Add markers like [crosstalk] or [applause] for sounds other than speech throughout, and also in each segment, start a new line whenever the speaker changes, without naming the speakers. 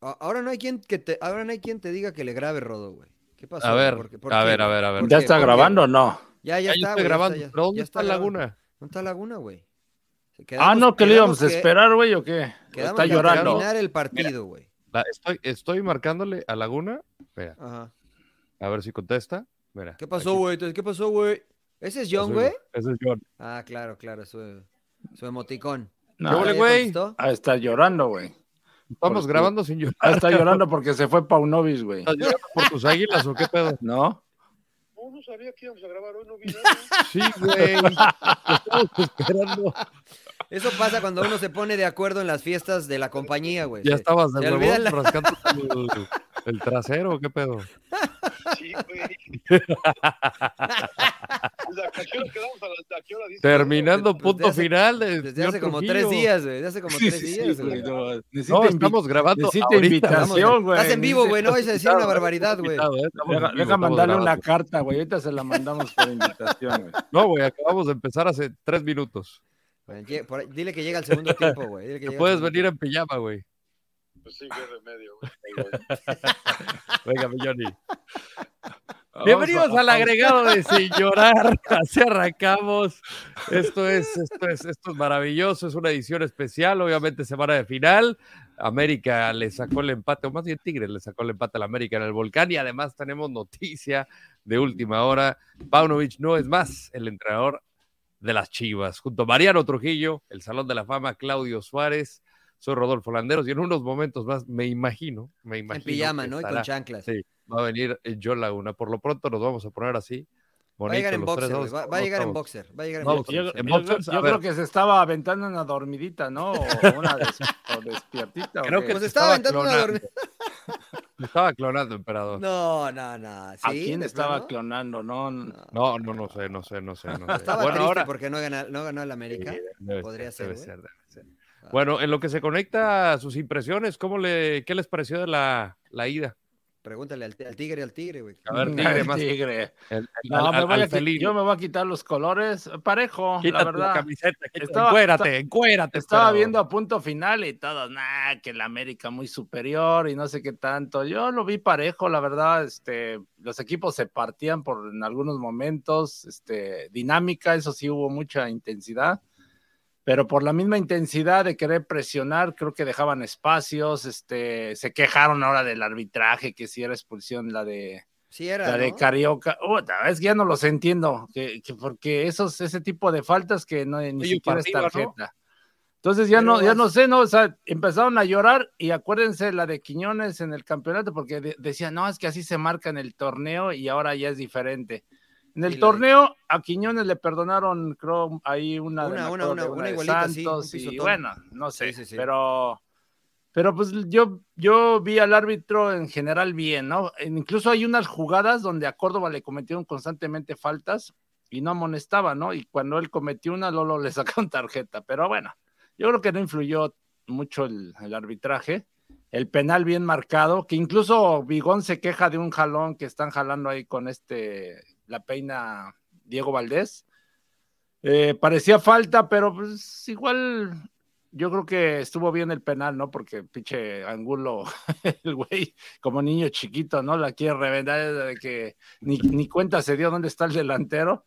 A- Ahora no hay quien que te, ahora no hay quien te diga que le grabe Rodo, güey. ¿Qué pasó?
A ver,
¿Por qué- por
a
qué?
ver, a ver, a ver.
¿Por
¿Ya
qué?
está
¿Por qué?
grabando o no? Ah,
Ya, ya,
Ya, yo
está,
estoy
güey, ya
grabando.
ya-
¿Pero dónde
ya
está,
grabando.
Laguna?
¿Dónde está Laguna, güey? Se-
Ah,
quedamos-
no, que le
quedamos
íbamos a esperar, güey, o qué.
quedamos
Está
que al
llorando.
terminar el partido, güey.
La- estoy, estoy marcándole a Laguna. Mira,
Ajá.
a ver si contesta. Mira,
¿Qué pasó,
aquí
güey? Entonces, ¿Qué pasó, güey? ¿Ese es
está
John,
su-
güey?
Ese es John.
Ah, claro, claro, su, su emoticón.
¿Qué
Ah,
huele,
¿ya
güey?
contestó?
Ah, está llorando, güey.
Estamos
Por-
grabando sin llorar.
Ah,
[laughs]
está llorando porque se fue Paunovis, güey.
¿Estás llorando por tus águilas o qué
[laughs]
pedo?
¿No?
No, no sabía que íbamos a grabar hoy, no vi nada.
[laughs]
Sí, güey. Te Estamos esperando.
Eso pasa cuando uno se pone de acuerdo en las fiestas de la compañía, güey.
Ya
Sí.
estabas de
Se
nuevo
olvida la-
rascando el, el trasero, ¿qué pedo?
Sí, güey. Pues, ¿A qué hora quedamos? ¿A la- a qué hora dices?
Terminando
desde
punto
hace-
final. de
Desde
señor
hace como
Trujillo.
tres días, güey. Desde hace como
Sí,
tres
sí, sí,
días,
güey,
güey.
no, necesita
No,
invi-
estamos grabando
necesita
ahorita.
invitación,
Vamos,
güey.
Estás en vivo, güey. No
Estamos
vais a decir una
invitados,
barbaridad, güey.
invitado, ¿eh? Estamos en
Deja,
vivo,
deja
estamos
mandarle
grabando.
una carta, güey. Ahorita se la mandamos por
[laughs]
invitación, güey.
No, güey, acabamos de empezar hace tres minutos.
Bueno, lle- Pues, por ahí- Dile que llega al segundo tiempo, güey.
[laughs]
Dile que
Te
llega al
puedes
segundo
venir en pijama, güey.
Pues sí, qué remedio, güey. [laughs]
Venga, mi Johnny.
Vamos
Bienvenidos
a-
al agregado de Sin Llorar. [laughs] Así arrancamos. Esto es, esto es, esto es maravilloso. Es una edición especial, obviamente semana de final. América le sacó el empate, o más bien Tigres le sacó el empate al América en el volcán. Y además tenemos noticia de última hora. Paunovic no es más el entrenador de las Chivas. Junto a Mariano Trujillo, el Salón de la Fama, Claudio Suárez. Soy Rodolfo Landeros y en unos momentos más me imagino, me
tiempo.
imagino.
En pijama,
que
¿no? Y
estará
con chanclas.
Sí. va a venir eh, John Laguna. Por lo pronto nos vamos a poner así.
Va a llegar
bonitos
en
los tres,
boxer,
vamos,
güey. Va, va a
vamos,
llegar en
vamos.
boxer. Va a llegar en
No,
boxer.
Yo,
o sea,
en
yo-
boxers,
yo
a
creo
ver.
que se estaba aventando una dormidita, ¿no? O una des- o despiertita. ¿o
Creo
qué?
que
Pues
se
estaba aventando
estaba
una
clonando. Me estaba clonando, emperador. No.
No, no, no. ¿Sí?
¿A quién
¿De
estaba
plano?
clonando? No, no.
No.
No, no, sé, no sé, no
[laughs]
sé. no sé.
Estaba
bueno,
triste
ahora.
porque no ganó, no ganó el América.
Sí, debe
Podría ser,
debe
güey. Ah.
ser, debe ser. Bueno, en lo que se conecta a sus impresiones, ¿cómo le, ¿qué les pareció de la, la ida?
Pregúntale al, ti- al tigre, al tigre, güey.
[laughs]
A ver, tigre,
Ay,
más.
tigre.
el-
No,
al-
me
al-
voy
al
a qui-
felino.
yo me voy a quitar los colores parejo,
Quítate
la
la,
verdad.
camiseta, quítate,
Estaba-
encuérate, [laughs] encuérate.
Estaba
emperador.
viendo a punto final y todos, nah, que la América muy superior y no sé qué tanto. Yo lo vi parejo, la verdad, este, los equipos se partían por en algunos momentos, este, dinámica, eso sí hubo mucha intensidad, pero por la misma intensidad de querer presionar, creo que dejaban espacios, este, se quejaron ahora del arbitraje, que si era expulsión la de
Sí era,
la de
¿no?
Carioca, Puta, es que ya no los entiendo, que, que porque esos, ese tipo de faltas que no, ni
Oye,
siquiera es
partido, ¿no?
tarjeta. Entonces ya no,
Pero
ya
es-
no sé, ¿no? O sea, empezaron a llorar y acuérdense la de Quiñones en el campeonato, porque de- decían, no, es que así se marca en el torneo y ahora ya es diferente. En el
Sí, la de-
torneo, a Quiñones le perdonaron, creo, ahí una, de-
Una-
me
una-
acuerdo
una-
de
una
de
igualita, sí, un
Santos y
pisotón.
bueno, no sé,
Sí, sí, sí.
pero pero pues yo, yo vi al árbitro en general bien, ¿no? En- Incluso hay unas jugadas donde a Córdoba le cometieron constantemente faltas y no amonestaba, ¿no? Y cuando él cometió una, Lolo le [laughs] sacaron tarjeta. Pero bueno, yo creo que no influyó mucho el, el arbitraje. El penal bien marcado, que incluso Vigón se queja de un jalón que están jalando ahí con este, la peina Diego Valdés. Eh, parecía falta, pero pues igual yo creo que estuvo bien el penal, ¿no? Porque pinche Angulo, [laughs] el güey, como niño chiquito, ¿no? La quiere reventar desde que ni, ni cuenta se dio dónde está el delantero.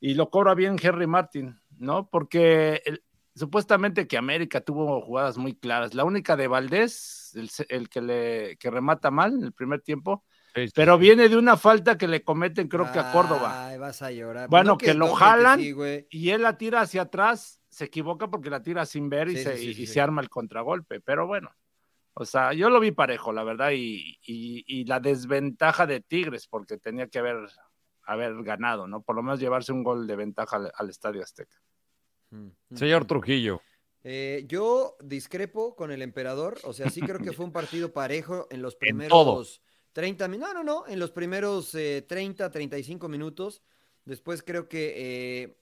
Y lo cobra bien Henry Martin, ¿no? Porque el- supuestamente que América tuvo jugadas muy claras. La única de Valdés, el, se- el que le que remata mal en el primer tiempo,
Sí, sí,
pero
sí.
viene de una falta que le cometen, creo que a Córdoba
Ay, vas a llorar.
Bueno, que lo
no,
jalan.
sí, güey.
y él la tira hacia atrás, se equivoca porque la tira sin ver y,
Sí,
se,
sí, sí,
y-
sí,
y
sí.
se arma el contragolpe. Pero bueno, o sea, yo lo vi parejo, la verdad, y, y- y la desventaja de Tigres, porque tenía que haber, haber ganado, ¿no? Por lo menos llevarse un gol de ventaja al, al Estadio Azteca.
Mm, mm,
Señor
mm.
Trujillo.
Eh, yo discrepo con el emperador, o sea, sí creo que fue un partido parejo en los
En
primeros
todo.
30 minutos, no, no, no, en los primeros eh, 30, 35 minutos. Después creo que eh,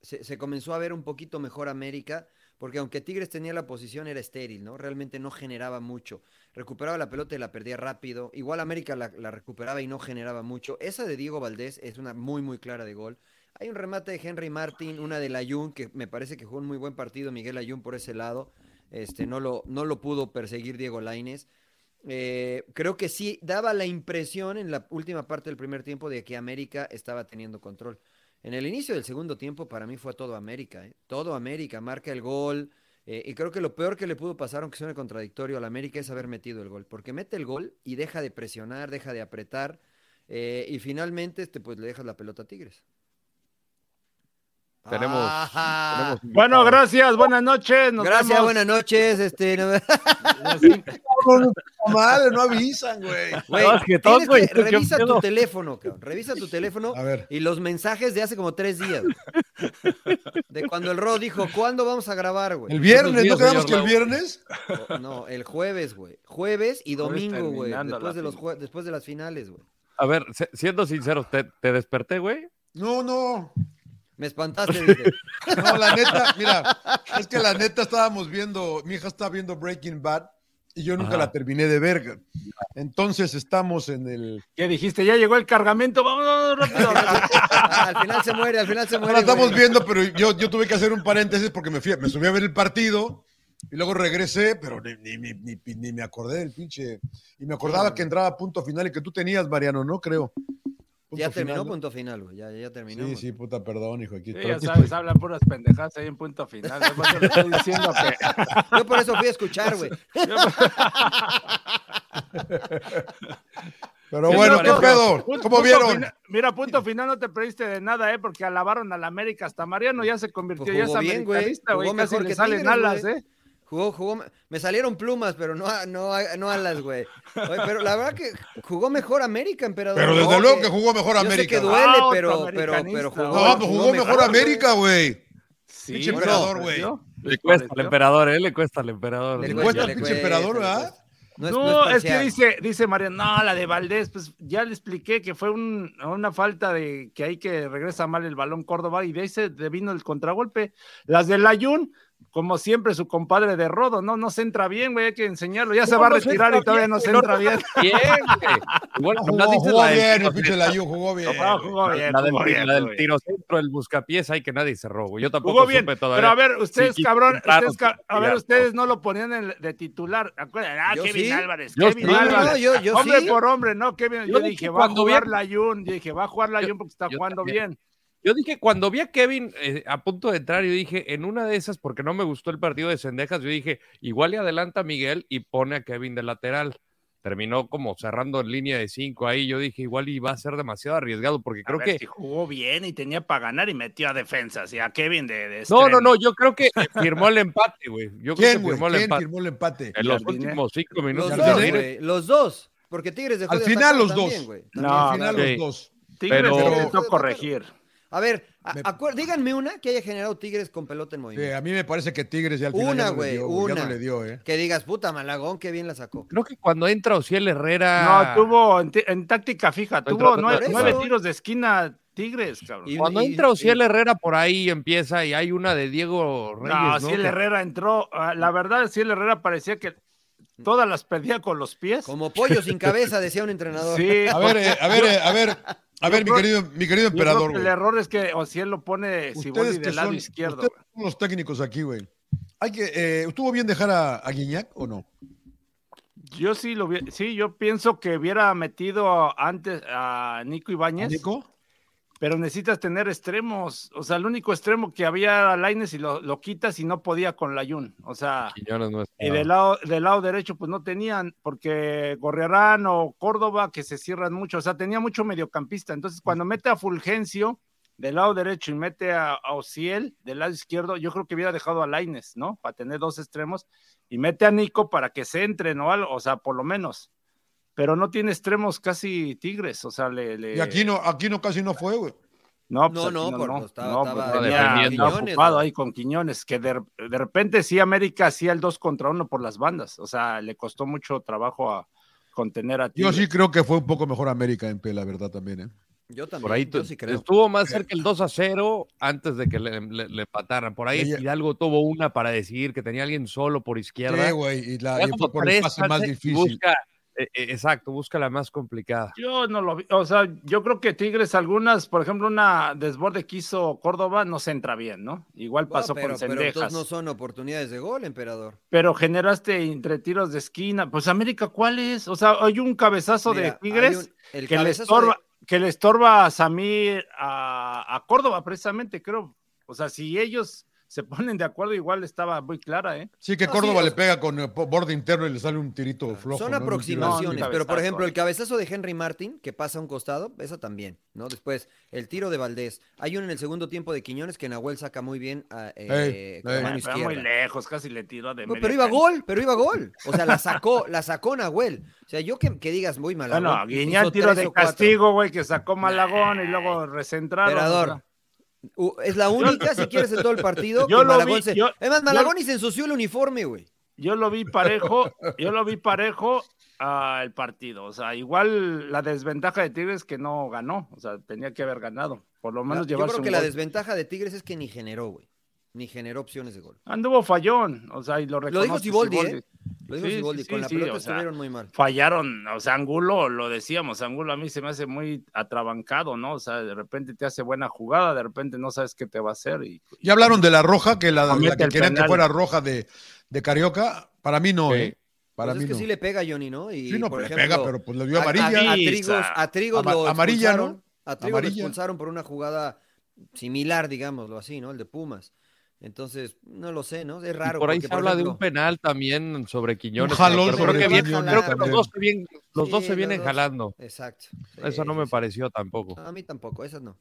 se, se comenzó a ver un poquito mejor América, porque aunque Tigres tenía la posición era estéril, ¿no? Realmente no generaba mucho. Recuperaba la pelota y la perdía rápido. Igual América la, la recuperaba y no generaba mucho. Esa de Diego Valdés es una muy, muy clara de gol. Hay un remate de Henry Martin, una de Layun, que me parece que jugó un muy buen partido Miguel Layun por ese lado. Este, no, lo, no lo pudo perseguir Diego Laines. eh, creo que sí daba la impresión en la última parte del primer tiempo de que América estaba teniendo control. En el inicio del segundo tiempo para mí fue todo América, ¿eh? todo América, marca el gol. eh, y creo que lo peor que le pudo pasar, aunque suene contradictorio, al América es haber metido el gol, porque mete el gol y deja de presionar, deja de apretar, eh, y finalmente este, pues, le dejas la pelota a Tigres.
Tenemos-
Ajá.
Tenemos invitado.
Bueno, gracias, buenas noches. Nos
Gracias,
vemos.
buenas noches. Este, no-
No, no, no, madre, no avisan, güey.
Güey,
No, es que
tienes
tonto,
que-
¿y tú qué
revisa tu
pedo?
teléfono, cabrón. Revisa tu teléfono
A ver.
y los mensajes de hace como tres días. güey. De cuando el Ro dijo, ¿cuándo vamos a grabar, güey?
El viernes,
días,
¿no quedamos
señor
que el
Raúl.
viernes?
O- No, el jueves, güey. Jueves y
Jueves
domingo, güey.
terminando
Después,
la
de los
final.
jue- después de las finales, güey.
A ver, se- siendo sinceros, ¿te, te desperté, güey?
No, no.
Me espantaste, dije.
No, la neta, mira, es que la neta estábamos viendo, mi hija está viendo Breaking Bad y yo nunca
Ajá.
la terminé de ver. Entonces estamos en el.
¿Qué dijiste? Ya llegó el cargamento, vámonos rápido.
Ah, al final se muere, al final se muere.
Ahora estamos
güey.
viendo, pero yo, yo tuve que hacer un paréntesis porque me fui, me subí a ver el partido y luego regresé, pero ni, ni, ni- ni- ni- ni me acordé del pinche. Y me acordaba que entraba a punto final y que tú tenías, Mariano, ¿no? Creo. Punto
Ya terminó,
final, ¿no?
punto final, güey. Ya, ya terminó.
Sí, sí, puta, perdón, hijo.
Sí,
Aquí, pero
ya
aquí
sabes,
estoy.
hablan puras pendejadas ahí en punto final. Es lo que le estoy diciendo que-
Yo por eso fui a escuchar, güey.
Pero
Sí,
bueno,
no,
¿qué
no,
pedo?
Punto-
¿Cómo
punto
vieron?
final- mira, punto final no te perdiste de nada, ¿eh? Porque alabaron a la América. Hasta Mariano ya se convirtió,
Pues
ya es
jugó bien, güey.
americanista, güey.
Jugó
Casi
mejor
le
que
salen
Tigres,
alas,
güey.
¿eh?
Jugó, jugó. Me salieron plumas, pero no, a- no, a- no alas, güey. Oye, pero la verdad que jugó mejor América, emperador.
Pero desde
No,
luego que jugó mejor
Yo sé que
América. güey.
duele,
Ah, otro
pero, pero, pero
americanista,
jugó.
güey.
No, pues jugó mejor América, güey.
Sí,
Pinche
¿no?
emperador, güey.
Le cuesta al
pareció.
emperador, ¿eh? Le cuesta al emperador.
Le
Le
güey.
cuesta,
cuesta
le
al pinche
cuesta,
emperador,
le
¿verdad?
No, es-
No,
no
es, que
parcial.
dice, dice Mariano, no, la de Valdés, pues ya le expliqué que fue un- una falta de que hay que regresa mal el balón Córdoba y de ahí se le vino el contragolpe. Las del Ayun, como siempre, su compadre de Rodo, no, no se entra bien, güey, hay que enseñarlo, ya se
No,
va a
no se
retirar
entra
y todavía
bien,
no se
güey, no,
entra bien.
Bien, güey. Igual,
Ah, Jugó,
no dices
jugó
la del-
bien, el pinche Layú jugó bien.
No, jugó bien,
La del,
jugó bien,
la del
jugó bien.
tiro centro, el buscapiés, hay que nadie cerró, güey. Yo tampoco
Jugó bien,
supe
pero a
todavía.
ver, ustedes,
Sí,
cabrón,
claro,
ustedes, ca- a ver,
claro.
ustedes no lo ponían en- de titular. Acuérdense, ah,
Yo
Kevin
sí.
Álvarez,
Yo
Kevin
No,
sí.
no,
Álvarez.
no, yo, yo
hombre
sí.
por hombre, no, Kevin. Yo,
Yo dije,
dije, va a
cuando
jugar
vi-
la Jun. Yo dije, va a jugar la Jun porque está
yo
jugando
también.
bien.
Yo dije, cuando vi a Kevin eh, a punto de entrar, yo dije, en una de esas, porque no me gustó el partido de Cendejas, yo dije, igual le adelanta a Miguel y pone a Kevin de lateral. Terminó como cerrando en línea de cinco ahí. Yo dije, igual iba a ser demasiado arriesgado, porque
Creo
creo
que
que
jugó bien y tenía para ganar y metió a defensas y a Kevin de, de
No, no,
extremo.
no, yo creo
[laughs]
que firmó el empate, güey. Yo creo que
¿Quién, güey?
firmó el
¿Quién
empate.
firmó el empate?
En los
Jardine.
últimos cinco
Los
minutos.
dos,
Jardine.
güey, Los dos. Porque Tigres dejó
Al
de
final
atacar
los
también,
dos.
güey.
No,
También.
Al final
sí.
los dos.
Tigres
pero-
se intentó corregir.
A ver, a-
Me-
acuer- díganme una que haya generado Tigres con pelota en
Sí,
movimiento.
a mí me parece que Tigres ya al final
Una,
ya no
güey,
le dio, güey, ya
una.
no le dio, eh.
Que digas, puta, Malagón, qué bien la sacó.
Creo que cuando entra Ociel Herrera.
No, tuvo en, ti- en táctica fija,
ah. Entró-
tuvo nueve,
por
nueve
eso.
tiros de esquina Tigres, cabrón.
Y-
Cuando entra Ociel
y-
Herrera por ahí empieza y hay una de Diego Reyes.
no,
No,
Ciel Herrera entró. ah, La verdad, Ciel Herrera parecía que todas las perdía con los pies.
Como pollo sin cabeza, decía un entrenador.
[laughs]
Sí,
A ver, eh, a ver, eh, a ver, a ver, mi
creo-
querido, mi querido
yo creo
emperador,
que el
güey.
error es que Ociel lo pone Siboldi del lado izquierdo.
ustedes son los técnicos aquí, güey. Hay que, eh, ¿Estuvo bien dejar a, a Guiñac o no?
Yo sí lo vi, sí, yo pienso que hubiera metido antes a Nico
¿A
Ibáñez,
Nico?
pero necesitas tener extremos. O sea, el único extremo que había era Laines y lo, lo quitas y no podía con la Jun. O sea, y del lado, del lado derecho, pues no tenían, porque Gorriarán o Córdoba que se cierran mucho. O sea, tenía mucho mediocampista. Entonces, cuando mete a Fulgencio del lado derecho y mete a, a Ociel del lado izquierdo, yo creo que hubiera dejado a Laines, ¿no? Para tener dos extremos y mete a Nico para que se entren o algo, o sea, por lo menos. Pero no tiene extremos casi tigres, o sea, le. le-
Y aquí no, aquí no casi no fue, güey.
No,
No, no,
no,
por-
no,
pues, estaba-
no, pues,
estaba
tenía-
defendiendo a
estaba
Quiñones,
ocupado
¿no?
ahí con Quiñones, que de, de repente sí América hacía el 2 contra 1 por las bandas, o sea, le costó mucho trabajo a contener a
Yo
Tigres.
sí creo que fue un poco mejor América, Empe, la verdad también, eh.
Yo también.
Por ahí
yo
tu-
sí creo.
estuvo más cerca el 2 a 0 antes de que le, le- le empataran. Por ahí
Ella-
Hidalgo tuvo una para decidir que tenía alguien solo por izquierda.
Sí, güey, y, la,
Ya
y
como
fue por el
tres
pase más
chances y
difícil.
Busca, eh, eh, exacto, busca la más complicada.
Yo no lo vi, o sea, yo creo que Tigres algunas, por ejemplo, una desborde que hizo Córdoba no se entra bien, ¿no? Igual
Bueno,
Ah, pasó
pero,
con
pero
Cendejas.
entonces no son oportunidades de gol, emperador.
Pero generaste entre tiros de esquina. Pues América, ¿cuál es? O sea, hay un cabezazo
Mira,
de
hay
Tigres
un- el
que, le
cabezazo
estorba, que le estorba a Samir a, a Córdoba, precisamente, creo. O sea, si ellos se ponen de acuerdo, igual estaba muy clara, ¿eh?
Sí, que
No,
Córdoba
sí, o
le
sea-
pega con el po- borde interno y le sale un tirito flojo.
Ah, Son
¿no? Un tiro-
aproximaciones,
No, un
pero por
cabezazo
ejemplo, el
ahí.
cabezazo de Henry Martin, que pasa a un costado, esa también, ¿no? Después, el tiro de Valdés. Hay uno en el segundo tiempo de Quiñones que Nahuel saca muy bien a, eh,
Ey,
con la
ey.
mano
Pero muy
izquierda.
lejos, casi le tiró de
No,
media
pero iba
cancha.
gol, pero iba gol. O sea, la sacó, [laughs] la sacó Nahuel. O sea, yo que, que digas muy mal.
Bueno, Guiñán tiro de castigo, güey, que sacó Malagón y luego recentraron.
Emperador. u- Es la única, si quieres, en todo el partido.
[laughs] Yo
que
lo vi,
Malagón se-
yo-
Es más, Malagón y se ensució el uniforme, güey.
Yo lo vi parejo, yo lo vi parejo al partido. O sea, igual la desventaja de Tigres que no ganó. O sea, tenía que haber ganado. Por lo menos
La- Yo
llevarse
creo
un
que la
gol.
desventaja de Tigres es que ni generó, güey. Ni generó opciones de gol.
Anduvo fallón. O sea, y lo
Lo dijo
reconoce
Siboldi, ¿eh? Lo dijo
Sí, sí,
Siboldi,
sí,
con la
sí,
pelota
o sea,
estuvieron muy mal.
Fallaron, o sea, Angulo, lo decíamos, Angulo a mí se me hace muy atrabancado, ¿no? O sea, de repente te hace buena jugada, de repente no sabes qué te va a hacer. Y,
Ya hablaron de la roja, que la,
Ah,
la
mete
que
el
querían que
penal.
fuera roja de, de Carioca. Para mí no,
Sí.
¿eh? Para
Pues
mí
es que
no.
sí le pega a Johnny, ¿no? Y,
Sí, no,
por
pero le
ejemplo,
pega, pero pues le dio
a- A,
amarilla.
a
Sí,
Trigos, a Trigos
ama-
lo
amarilla, ¿no?
expulsaron, A Trigos lo
Amarilla.
expulsaron por una jugada similar, digámoslo así, ¿no? El de Pumas. Entonces, no lo sé, ¿no? Es raro.
por ahí
porque,
se habla de un
ejemplo,
penal también sobre Quiñones.
Un jalón
pero creo
sobre
que viene-
Quiñones
creo que los
también.
dos se vienen, los
Sí,
dos se
los
vienen
dos.
jalando.
Exacto.
Eso
Sí,
no
sí,
me
sí.
pareció tampoco.
A mí tampoco, esas no.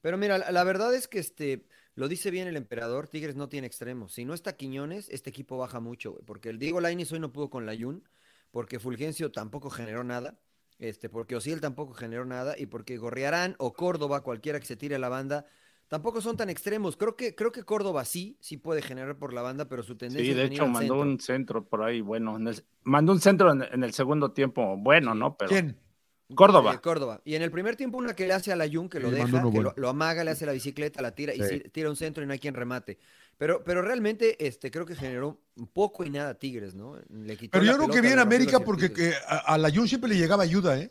Pero mira, la, la verdad es que este, lo dice bien el emperador, Tigres no tiene extremos. Si no está Quiñones, este equipo baja mucho, güey, porque el Diego Lainez hoy no pudo con la Yun, porque Fulgencio tampoco generó nada, este, porque Osiel tampoco generó nada, y porque Gorriarán o Córdoba, cualquiera que se tire a la banda, tampoco son tan extremos. Creo que, creo que Córdoba sí, sí puede generar por la banda, pero su tendencia
Sí,
es
de
venir
hecho,
al
mandó
centro.
un centro por ahí, bueno, en el- mandó un centro en, en el segundo tiempo, bueno, ¿no? Pero
¿Quién?
Córdoba.
Eh, Córdoba. Y en el primer tiempo una que le hace a la Jun, que lo
Sí,
deja,
mandó uno
que
bueno.
lo, lo amaga, le hace la bicicleta, la tira y
Sí.
si- tira un centro y no hay quien remate. Pero, pero realmente este, creo que generó un poco y nada a Tigres, ¿no? Le quitó
Pero
la
yo creo
pelota,
que bien
le rompió
América
los
porque
circuitos.
que a, a la Jun siempre le llegaba ayuda, ¿eh?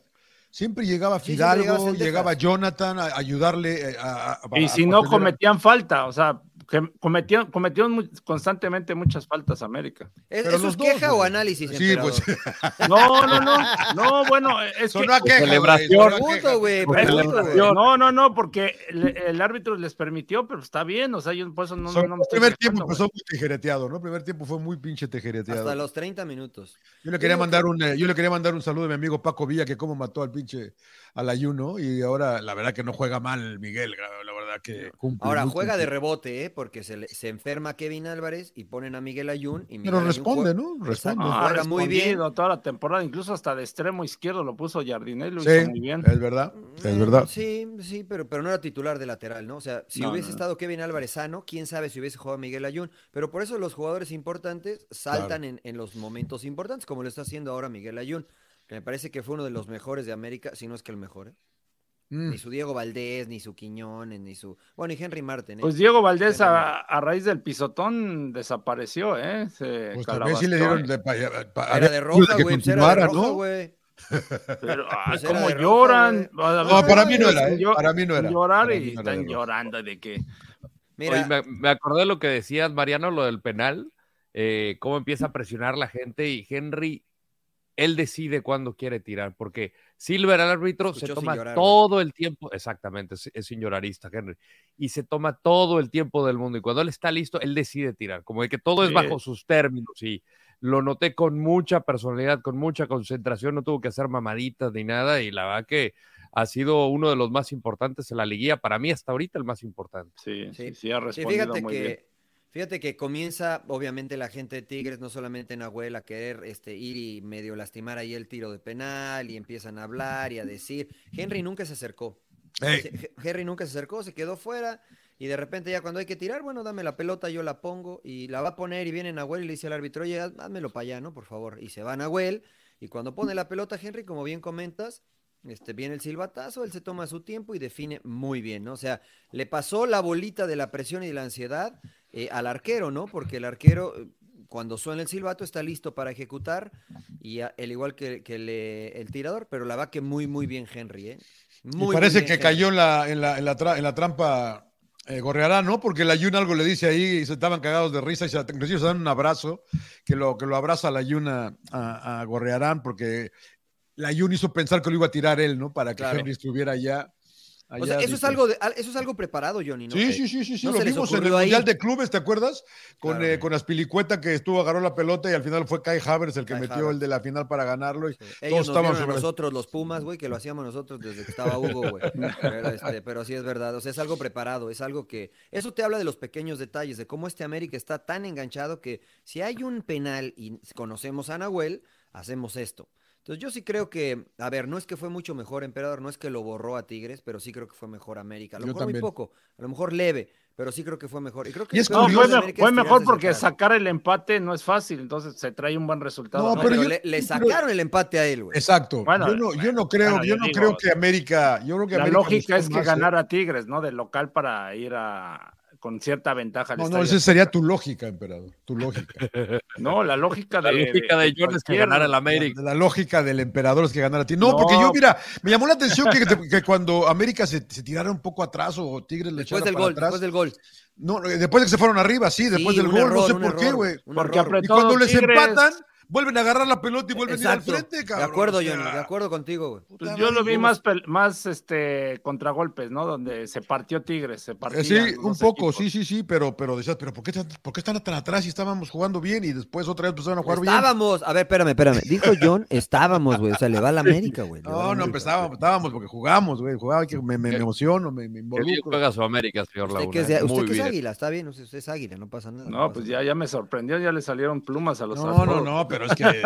Siempre llegaba
Sí, siempre llegaba
Fidalgo,
Sendejas.
llegaba Jonathan a a ayudarle eh, a, a-
Y
a-
si
a-
no
a-
cometían falta, o sea, que cometían, cometieron mu- constantemente muchas faltas América.
¿Es,
pero
eso
los
es
dos,
queja o
güey.
análisis,
Sí,
[laughs]
pues.
emperador?
No, no, no, no, bueno, e, es que
Sonó a queja, güey,
celebración.
sonó a queja.
Pregunto, güey,
Porque
la
pregunto, güey.
relación-
no, no, no, porque le- el árbitro les permitió, pero está bien, o sea, yo por eso no,
Son-
no me
el
estoy quejando,
primer tiempo
güey.
empezó muy tijereteado, ¿no? El primer tiempo fue muy pinche tijereteado.
Hasta los 30 minutos.
Yo le quería
Digo
mandar un, eh, yo le quería mandar un saludo a mi amigo Paco Villa, que cómo mató al pinche al ayuno, y ahora la verdad que no juega mal Miguel, la la verdad que cumple
Ahora
muy
juega de
cumple.
rebote, ¿eh? Porque se, le- se enferma Kevin Álvarez y ponen a Miguel Ayun. Y Miguel
Pero
Ayun
responde,
juega-
¿no? Responde.
Exacto.
Ah,
juega muy bien.
respondido toda la temporada, incluso hasta de extremo izquierdo lo puso Jardinel, lo hizo muy
Sí,
bien.
es verdad, es
Eh,
verdad.
Sí, sí, pero, pero no era titular de lateral, ¿no? O sea, si
No,
hubiese
no, no.
estado Kevin Álvarez sano, quién sabe si hubiese jugado Miguel Ayun. Pero por eso los jugadores importantes saltan en, en los momentos importantes, como lo está haciendo ahora Miguel Ayun, que me parece que fue uno de los mejores de América, si no es que el mejor. ¿eh?
Mm.
Ni su Diego Valdés, ni su Quiñones, ni su. Bueno, y Henry Martin. ¿eh?
Pues Diego Valdés
Pero-
a, a raíz del pisotón desapareció, ¿eh? Se
Pues también sí le
calabazó,
dieron de, pa- eh, pa- pa-
era
había
de
duda
roja,
que
güey. pues Era de
continuara,
roja,
¿no?
güey. [laughs]
Pero, ah,
Pues era
cómo
de roja,
lloran.
No, para mí no era, ¿eh?
Yo-
Para mí no era.
Llorar
Para mí
y
no era
están
de roja.
llorando de que.
Mira,
Oye, me, me acordé de lo que decías, Mariano, lo del penal, eh, cómo empieza a presionar la gente y Henry, él decide cuándo quiere tirar, porque Silver, el árbitro, se
Escuchó sin
toma
llorar, güey.
todo el tiempo, exactamente, es, es sin llorarista, Henry, y se toma todo el tiempo del mundo y cuando él está listo, él decide tirar, como de que todo es
Sí.
bajo sus términos y lo noté con mucha personalidad, con mucha concentración, no tuvo que hacer mamaditas ni nada y la verdad que ha sido uno de los más importantes en la liguilla, para mí hasta ahorita el más importante.
Sí, sí,
Sí.
sí, ha
Sí,
respondido
fíjate
muy
que,
bien.
fíjate que comienza, obviamente, la gente de Tigres, no solamente en Nahuel, a querer este, ir y medio lastimar ahí el tiro de penal, y empiezan a hablar y a decir. Henry nunca se acercó.
Ey,
Se- He- Henry nunca se acercó, se quedó fuera. Y de repente ya cuando hay que tirar, bueno, dame la pelota, yo la pongo y la va a poner y viene Nahuel y le dice al árbitro, oye, haz- házmelo para allá, ¿no? Por favor. Y se va Nahuel y cuando pone la pelota Henry, como bien comentas, este, viene el silbatazo, él se toma su tiempo y define muy bien, ¿no? O sea, le pasó la bolita de la presión y de la ansiedad eh, al arquero, ¿no? Porque el arquero eh, cuando suena el silbato está listo para ejecutar, y al igual que, que el, eh, el tirador, pero la va que muy, muy bien Henry, ¿eh?
Y
Muy, muy
parece
bien
que
Henry.
cayó en la, en la, en la, tra- en la trampa eh, Gorrearán, ¿no? Porque la Yuna algo le dice ahí y se estaban cagados de risa y se, inclusive se dan un abrazo, que lo, que lo abraza la Yuna a, a Gorrearán, porque la Yuna hizo pensar que lo iba a tirar él, ¿no? Para que
Claro.
Henry estuviera allá. allá
O sea, eso es,
dice.
algo de- al- eso es algo preparado, Johnny, ¿no?
Sí, sí, sí, sí, sí,
No
lo
se les
vimos en el
ocurrió ahí.
Mundial de Clubes, ¿te acuerdas? Con,
Claro.
eh, con Aspilicueta que estuvo, agarró la pelota y al final fue Kai Havers el que
Kai
metió
Havertz.
el de la final para ganarlo. y-
Ellos
Todos
nos
estaban
vieron a
sobre-
nosotros, los Pumas, güey, que lo hacíamos nosotros desde que estaba Hugo,
[laughs]
güey. Pero, este, pero sí es verdad, o sea, es algo preparado, es algo que... Eso te habla de los pequeños detalles, de cómo este América está tan enganchado que si hay un penal y conocemos a Nahuel, hacemos esto. Entonces yo sí creo que, a ver, no es que fue mucho mejor Emperador, no es que lo borró a Tigres, pero sí creo que fue mejor América. A lo
Yo
mejor
también.
muy poco, a lo mejor leve, pero sí creo que fue mejor. Y, creo que
Y
el
es
peor
No,
error
fue,
de
me-
América es
fue
tirarse
mejor
hacia
porque
atrás.
sacar el empate no es fácil, entonces se trae un buen resultado.
No,
No,
¿no?
pero,
pero yo-
le, le
pero-
sacaron el empate a él, güey.
Exacto.
Bueno,
yo no, yo no creo,
bueno,
yo
yo
no
digo-
creo que América. Yo creo que
La
América
lógica
buscó
es que
más, ¿eh?
ganara Tigres, ¿no? De local para ir a con cierta ventaja al
No, no,
estadio.
esa sería tu lógica, emperador. Tu lógica.
No, la lógica
La
de.
lógica de John es que
cualquier-
ganara el América.
La lógica del emperador es que ganara a ti. No,
No.
porque yo, mira, me llamó la atención que, te- que cuando América se, se tirara un poco atrás o Tigres le
Después
echara
del
para
gol,
atrás.
después del gol.
No, eh, después de que se fueron arriba, sí,
Sí,
después del
un
gol, no
error,
sé
un
por qué,
error,
güey.
un
Porque
error.
Y
apretó
cuando les
Tigres.
empatan, vuelven a agarrar la pelota y vuelven
Exacto.
a ir al frente,
de
cabrón.
acuerdo,
O sea,
Johnny, de acuerdo contigo, güey.
puta
Pues
madre,
yo lo vi
yo no
más, pel- más este, contragolpes, ¿no? Donde se partió Tigres, se partió.
Eh, Sí, un poco, sí, sí, sí, pero, pero decías, pero por qué, tan- ¿por qué están tan atrás si estábamos jugando bien y después otra vez empezaron a jugar bien?
Estábamos, a ver, espérame, espérame. Dijo John, estábamos, güey. O sea, le va a la América, güey. le va a la
No, no,
América.
pues estábamos, estábamos porque jugamos, güey, jugaba, que me, me- me
Eh,
emociono, me, me
Qué bien
involucro.
juega su América, señor
Usted
Laguna.
que es, de-
eh,
usted
Muy
que es
bien.
águila, está bien. Usted, usted es águila, no pasa nada.
No,
pasa
pues ya,
nada.
ya me sorprendió, ya le salieron plumas a los
No, no,
afros.
no,
[laughs]
pero es que eh,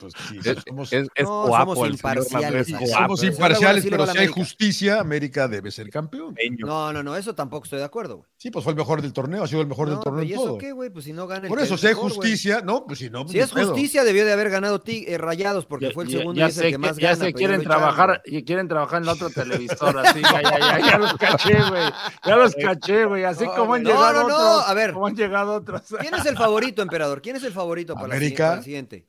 pues, sí,
Es,
somos,
es, es
No,
guapo
somos
el señor
imparciales,
Laguna, es
acá.
guapo.
somos
pero-
imparciales,
Sí, luego
pero
la
si hay
América.
justicia, América debe ser campeón.
Peño.
No, no, no, eso tampoco estoy de acuerdo, güey.
Sí, pues fue el mejor del torneo, ha sido el mejor
No,
del torneo
¿Y
en
eso
todo.
qué, güey? Pues si no gana el
Por
que
eso,
es
si hay
mejor, güey.
justicia, no, pues si no,
Si
ni
es
pedo.
justicia, debió de haber ganado ti- eh, Rayados porque
Ya-
fue el
ya-
segundo
ya
y es
sé
el que
que-
más
ya
gana.
se
pero
quieren
lo echaron,
trabajar,
güey.
y quieren trabajar en la otra televisora, [laughs] sí, ya, ya, ya, ya los caché, güey. Ya los caché, güey. Así
No,
como han
no,
llegado
no, no,
otros.
a ver.
Como han llegado otros.
¿Quién es el favorito, emperador? ¿Quién es el favorito para, la siguiente-
América.
para el siguiente?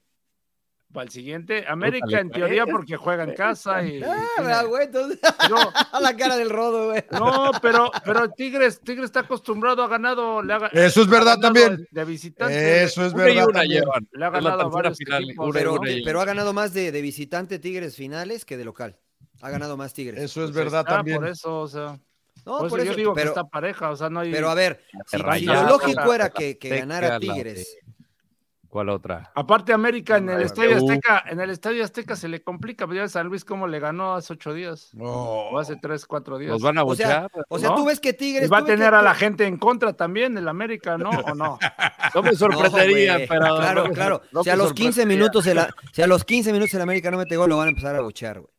Para el siguiente, América
Útale,
en teoría porque juega en casa y.
Ah,
tiene-
¿verdad, güey, entonces, [laughs]
No,
a la cara del rodo, güey.
no, pero, pero Tigres, Tigres está acostumbrado a ganado. le ha ga-
Eso es
ha
verdad
ganado
también.
De visitante.
Eso es
Una y
verdad.
una
también.
llevan.
Le ha
Es la
ganado a
tercera
varios
final,
equipos,
una y
Pero,
una llevan.
pero ha ganado más de, de visitante Tigres finales que de local. Ha ganado más Tigres.
Eso es
Pues
verdad
está,
también.
Por eso, o sea.
no, por
por, eso,
eso,
pues yo digo
pero,
que está pareja, o sea, no hay.
pero a ver, si,
Rayados,
si lo lógico era que, que
Azteca,
ganara
la
Tigres.
¿Cuál otra?
Aparte América en
No,
el
bueno.
Estadio
Uh.
Azteca, en el Estadio Azteca se le complica, pues ya ves a Luis cómo le ganó hace ocho días,
No.
o hace tres, cuatro días.
¿Los van a
O sea,
buchar?
[laughs] o sea,
¿no?
tú ves que
Y
Tigres.
va a
tú ves
tener
que-
a la gente en contra también el América,
[laughs]
¿no? ¿O no?
No me sorprendería,
No, güey.
pero.
Claro,
no me-
claro.
no
si,
me
a los 15
sorprendería.
minutos el, si a los 15 minutos el América no mete gol, lo van a empezar a buchar, güey.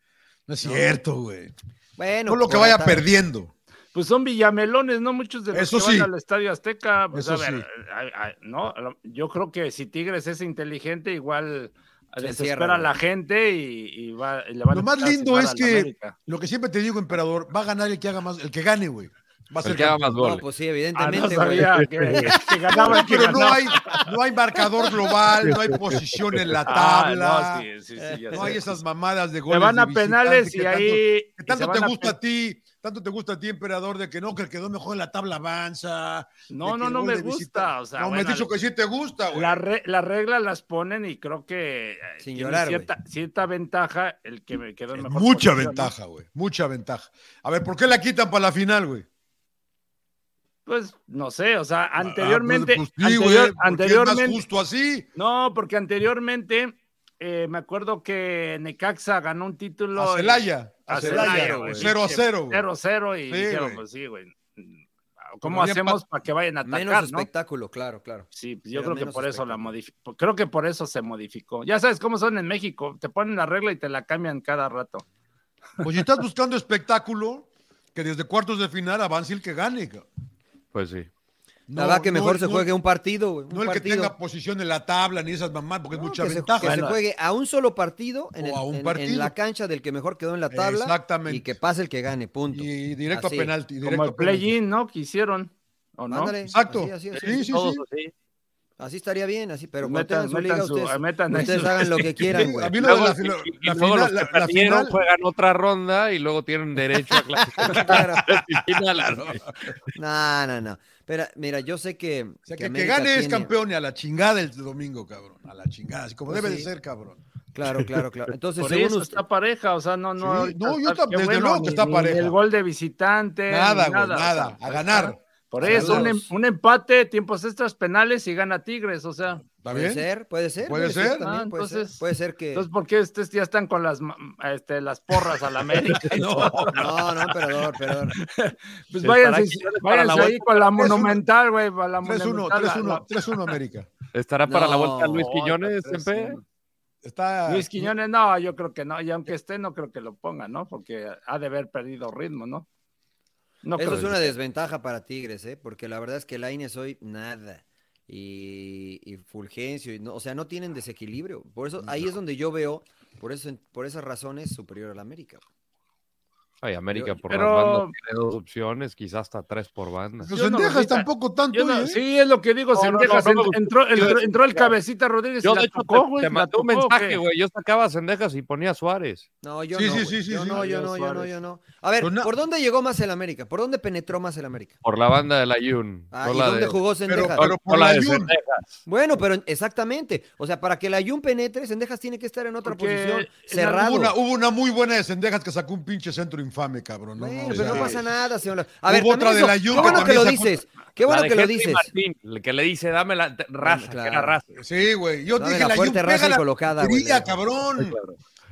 No es cierto, güey.
Bueno.
No lo
pues,
que
bueno,
vaya
está-
perdiendo.
Pues son villamelones, ¿no? Muchos de los
Eso
que
sí.
van al Estadio Azteca. Pues,
Eso
a ver,
sí.
a- a- no, a lo- yo creo que si Tigres es inteligente, igual
Se
desespera
encierra,
a la gente y, y va, y le van
Lo
a
más
empezar a
lindo
silbar
es
a la
que-
América.
Lo que siempre te digo, emperador, va a ganar el que haga más, el que gane, güey. Va a ser
El que haga
campeón.
más
No,
goles.
pues sí,
Ah, no
evidentemente, güey.
sabía que,
[laughs]
que ganaba el que
Pero no
ganaba.
hay, no hay marcador global, no hay posición en la
Ah, no,
tabla.
sí, sí, sí, ya
No
sé.
hay esas mamadas de
Se
goles.
van
de
a penales
visitante
y
que tanto-
ahí.
que
y se
tanto
van
te
a
gusta
pen-
a ti, tanto te gusta a ti, emperador, de que no, que el quedó mejor en la tabla avanza. de
No,
que
no,
el
no
gol
me
de visitante-
gusta. O sea,
no, me
bueno,
has dicho que sí te gusta, güey.
La, re- la regla las ponen y creo que eh,
Sin
tiene
llorar, güey.
cierta, cierta ventaja el que me quedó en mejor
Mucha
posición, ¿no?
ventaja, güey. Mucha ventaja. A ver, ¿por qué la quitan para la final, güey?
Pues no sé, o sea, anteriormente,
Ah, pues, pues, sí, güey,
anterior-
porque Es
anteriormente,
más justo así.
no, porque anteriormente eh, me acuerdo que Necaxa ganó un título
A
y-
Celaya. A
a
Celaya,
Celaya,
güey.
güey.
0 a 0.
0-0 y
Sí,
dijeron,
güey.
pues sí, güey. ¿Cómo
Pero había
hacemos para que vayan a
Menos
atacar, no?
espectáculo, claro, claro.
Sí, pues yo
Pero
creo que
menos
por eso la
espectáculo.
modificó. Creo que por eso se modificó. Ya sabes cómo son en México, te ponen la regla y te la cambian cada rato.
Pues si estás buscando espectáculo, que desde cuartos de final avance el que gane. cabrón.
Pues sí.
No,
la verdad que
no
mejor
el-
se
no-
juegue un partido, güey. un
No el que
partido.
tenga posición en la tabla ni esas mamás, porque
No,
es mucha
que se- que
ventaja.
se
Bueno.
juegue a un solo partido en,
O
el-
a un
en- en
partido.
la cancha del que mejor quedó en la tabla
Exactamente.
y que pase el que gane, punto.
Y directo
Así.
a penalti. Directo
Como el
a penalti.
play-in, ¿no? Que hicieron, ¿o no?
Ándale,
Exacto.
así, así, así.
Sí, sí, sí.
Todos así.
Así estaría bien, así, pero cuando
Pues, metan,
tengan su
metan
liga,
su-
ustedes,
metan ahí
ustedes
su-
hagan
[laughs]
lo que quieran, güey.
A mí lo de
Luego-
la, filo-
y- y
la
luego
final,
los
la,
que
la
perdieron
final,
juegan otra ronda y luego tienen derecho
[laughs]
a clasificar
Claro.
a la final. güey.
No, no, no. Pero, mira, yo sé que.
o sea, que, el que
América
gane es
tiene-
campeón y a la chingada el domingo, cabrón. A la chingada, así como
Pues
debe
sí.
de ser, cabrón.
Claro, claro, claro. Entonces,
Por
según
eso
usted-
está pareja, o sea, no, no.
Sí,
ahorita
no, yo
está-
tam-
qué
desde luego que está
ni- ni
pareja.
El gol de visitante.
Nada,
ni
güey,
Eh, o
nada.
sea,
A ganar.
Por
A
eso, un,
ganar.
em- un empate, tiempos extras, penales y gana Tigres, o sea.
¿Está
Puede
bien?
ser, puede ser.
Puede
sí,
ser.
también
Ah,
puede ser.
entonces-
Puede ser que.
Entonces, ¿por qué ustedes ya están con las, ma- este, las porras
[laughs]
a la América?
No,
No, no, perdón, perdón.
Pues
Estará
váyanse,
aquí para
váyanse
la
ahí
vuelta.
con la
3-1.
monumental, güey, para la
3-1,
monumental. la-
3-1, 3-1 América.
¿Estará para la
No,
vuelta Luis Quiñones,
tres,
Pepe?
uno.
Está.
la- Luis Quiñones, no, yo creo que no, y aunque esté, no creo que lo ponga, ¿no? Porque ha de haber perdido ritmo, ¿no? No
Eso
creo.
es una desventaja para Tigres, ¿eh? Porque la verdad es que Lainez hoy nada. Y, y Fulgencio, y no- o sea, no tienen desequilibrio. Por eso, ahí es donde yo veo, por eso, por esas razones, superior al América.
Ay, América
Yo-
por
pero-
las bandas tiene dos opciones, quizás hasta tres por banda.
Pues
Yo
en
no lo
Texas
vi tan-
tampoco tanto,
Yo no-
¿eh?
sí, es lo que digo,
No, no, no,
Sendejas,
no me gustó.
entró, entró,
Yo-
entró el cabecita Rodríguez
Yo,
y la
de hecho,
tocó,
te,
güey.
te
la
mandé un
tocó, ¿o qué?
mensaje, güey. Yo sacaba Sendejas y ponía a Suárez.
No, yo
Sí,
no.
sí,
güey.
sí, sí,
yo
sí.
no, yo
Adiós,
no, yo no,
Suárez.
yo no. A ver,
Pues na-
¿por dónde llegó más el América? ¿Por dónde penetró más el América?
Por la banda de la Yun.
Ah,
no
¿y
la
dónde
de-
jugó
Pero,
Sendejas?
pero
no
por
la
la
de
Jun.
Sendejas.
Bueno, pero exactamente. O sea, para que la Jun penetre, Sendejas tiene que estar en otra
Porque
posición,
en
cerrado.
Hubo una, hubo una muy buena de Sendejas que sacó un pinche centro infame, cabrón. No,
Bueno,
no, o
pero no
sea,
pasa nada, señor. A ver,
Hubo otra
también
de
eso,
la
qué
Jun que
bueno que
también
lo
sacó-
dices. Qué bueno
La
que
de
lo
Henry
dices.
Martín, el que le dice, dame la te- raza,
Claro.
que era raza.
Sí, güey. Yo
No,
te
de
dije,
la
la Jun
fuerte raza
pega
y
la
colocada, güey,
portería,
la-
cabrón.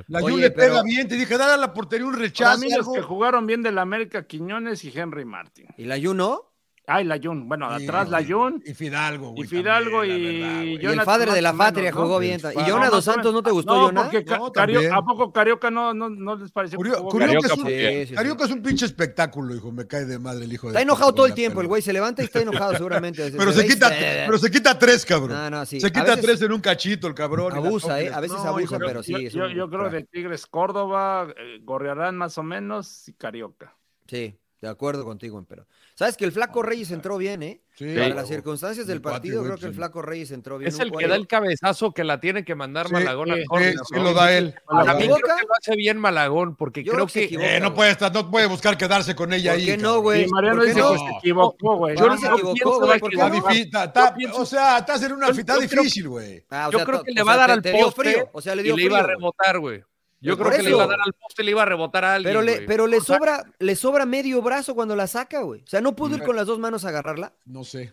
La Jun
Oye,
le pega
pero-
bien. Te dije, dale a la portería un
Para
rechazo.
mí los
algo.
que jugaron bien del América, Quiñones y Henry Martin.
¿Y la Jun no?
Ay, la Jun. Bueno,
Sí,
atrás la
güey.
Jun.
Y Fidalgo, güey.
Y Fidalgo
también,
y
la verdad, güey.
Y el
Jonathan
padre de la
más o menos,
patria
¿no?
jugó
El
bien. ¿Y
padre.
Jonah
No,
dos
no,
Santos no te gustó,
No,
Jonah?
porque Ca-
No,
Cario-
también.
¿a poco Carioca no, no, no les pareció? que
Curio-
jugó bien?
Curio-
Carioca
que es un-
fue bien.
Sí, sí, sí.
Carioca es un pinche espectáculo, hijo. Me cae de madre el hijo de.
Está enojado todo el
Pero-
tiempo, el güey se levanta y está enojado seguramente.
Pero se
ve y
quita,
se-
pero se quita tres, cabrón.
No, no, Ah, sí.
Se
A
quita
veces
tres en un cachito, el cabrón. y la
abusa,
toca y
¿eh?
la-
A veces
No,
abusa,
hijo,
pero sí,
Yo,
es
yo-
un
yo creo
crack.
de Tigres Córdoba, eh, Gorriarán más o menos y Carioca.
Sí, de acuerdo contigo, pero. Sabes que el Flaco Reyes entró bien, ¿eh?
Sí,
Para
güey.
las circunstancias del
Un cuatro,
partido,
güey,
creo que el
sí.
Flaco Reyes entró bien.
Es
un
el que
cuatro.
da el cabezazo que la tiene que mandar
Sí,
Malagón
sí,
al
Sí,
córner.
sí
¿no?
lo da él.
¿La
Para mí
equivoca?
creo que lo hace bien Malagón, porque
Yo
creo
creo que se
que
equivoca.
Eh, no puede estar, no puede buscar quedarse con ella
¿Por
ahí.
qué no,
cabrón.
güey?
Y Mariano
Pues, ¿por qué
dice
no?
que se equivocó, güey.
Yo no se
no
equivocó,
pienso
güey.
que
¿Por qué
la
Está
no?
difícil.
difí- está- está-
Yo pienso-
o sea, estás en una
yo-
está
yo creo-
difícil, güey.
Ah, o
yo
sea,
creo
to-
que
o
le va a
sea,
dar al
te- te dio
poste
frío, O sea, le
y
dio
le iba a
frío, güey.
rebotar, güey. Yo
Por
creo que le iba a
eso.
dar al poste y le iba a rebotar a alguien.
Pero le,
güey.
pero le
O sea,
sobra, le sobra medio brazo cuando la saca, güey. O sea, no pudo ir con las dos manos a agarrarla
No sé.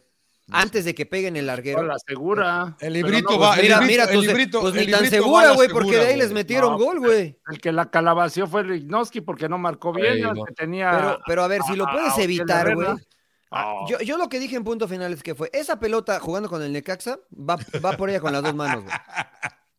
antes de que peguen el
Pero
larguero.
la segura.
El
Pero
librito
no,
va,
pues Mira,
el librito,
mira,
el
entonces,
librito-
pues
el
ni tan
librito va a
segura,
la
güey, porque de
segura,
ahí les
güey.
metieron
No,
gol, güey.
El que la calabació fue Lignoski porque no marcó bien.
Sí,
el
no.
que tenía.
Pero, pero a ver, si lo
Ah,
puedes
Ociel
evitar,
Herrera.
güey. Ah,
Oh.
Yo, yo lo que dije en punto final es que fue, esa pelota jugando con el Necaxa va, va por ella con las dos manos, güey.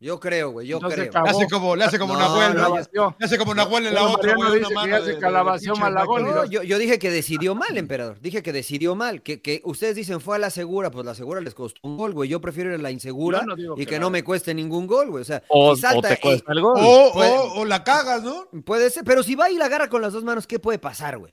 Yo creo, güey, yo
Entonces,
creo.
Le hace
acabó.
como, le hace como
No,
una vuelta.
no,
Calabació.
le hace como una abuela en la
Bueno,
otra,
Mariano
güey.
dice
una
que
mano
hace
de- de-
calabación
de-
Malagón y
No,
dos.
yo, yo dije que decidió mal, emperador. Dije que decidió mal. Que, que ustedes dicen fue a la segura, pues la segura les costó un gol, güey. Yo prefiero ir a la insegura
Yo no digo
y
que
que
la-
no me cueste ningún gol, güey. O sea,
o,
si salta
o te
y-
cuesta el gol.
O,
Pues-
o, o la cagas, ¿no?
puede ser, pero si va y la agarra con las dos manos, ¿qué puede pasar, güey?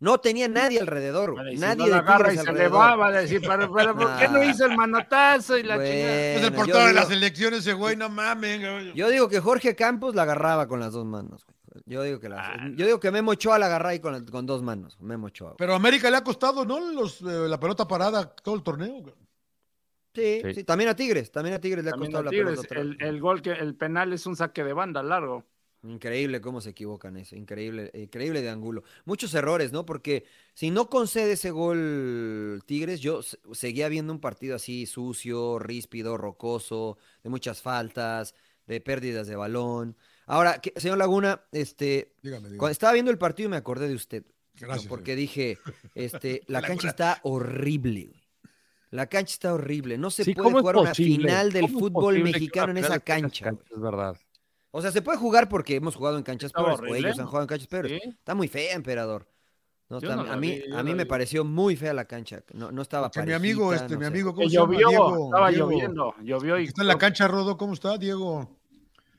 No tenía nadie alrededor, güey.
Vale, y si
nadie
no la
de
agarra y
Tigres
se le
alrededor.
va, va a decir, pero, pero ¿por qué no
Nah.
hizo el manotazo y la
Bueno,
chingada?
Es el
yo
portero de
digo-
las elecciones, ese güey, no mames. güey.
Yo digo que Jorge Campos la agarraba con las dos manos. güey. Yo digo que las-
Ah,
yo digo que Memo Ochoa la agarraba ahí con, la- con dos manos. Memo Ochoa. güey.
Pero a América le ha costado, ¿no? Los, eh, la pelota parada todo el torneo. güey.
Sí,
Sí.
sí, También a Tigres. También a Tigres le ha
También
costado
a
la
Tigres,
pelota. atrás.
el, el gol que el penal es un saque de banda largo.
Increíble cómo se equivocan eso. Increíble, increíble de ángulo. Muchos errores, ¿no? Porque si no concede ese gol Tigres, yo se- seguía viendo un partido así sucio, ríspido, rocoso, de muchas faltas, de pérdidas de balón. Ahora, que- señor Laguna, este,
Dígame,
cuando
dígame.
estaba viendo el partido me acordé de usted.
Gracias.
porque dije, este, la cancha está horrible. güey. La cancha está horrible. No se
Sí,
puede
¿cómo es
jugar una
posible?
final del
¿Cómo es
fútbol
posible que
mexicano en
una
esa
final de esas
cancha. güey.
canchas, Es verdad.
O sea, se puede jugar porque hemos jugado en canchas
Está
peores, o
horrible.
ellos han jugado en canchas peores.
¿sí?
Está muy fea, emperador. No,
Yo
está-
no la
a mí,
vi, yo
a mí
no
me
vi.
pareció muy fea la cancha. No, no estaba
Que mi amigo,
parejita,
este,
no
mi
sé.
amigo,
Que
¿cómo se llama?
llovió,
Diego,
estaba
Diego.
lloviendo, llovió
Que
y
Está en la cancha, Rodo. ¿Cómo está, Diego?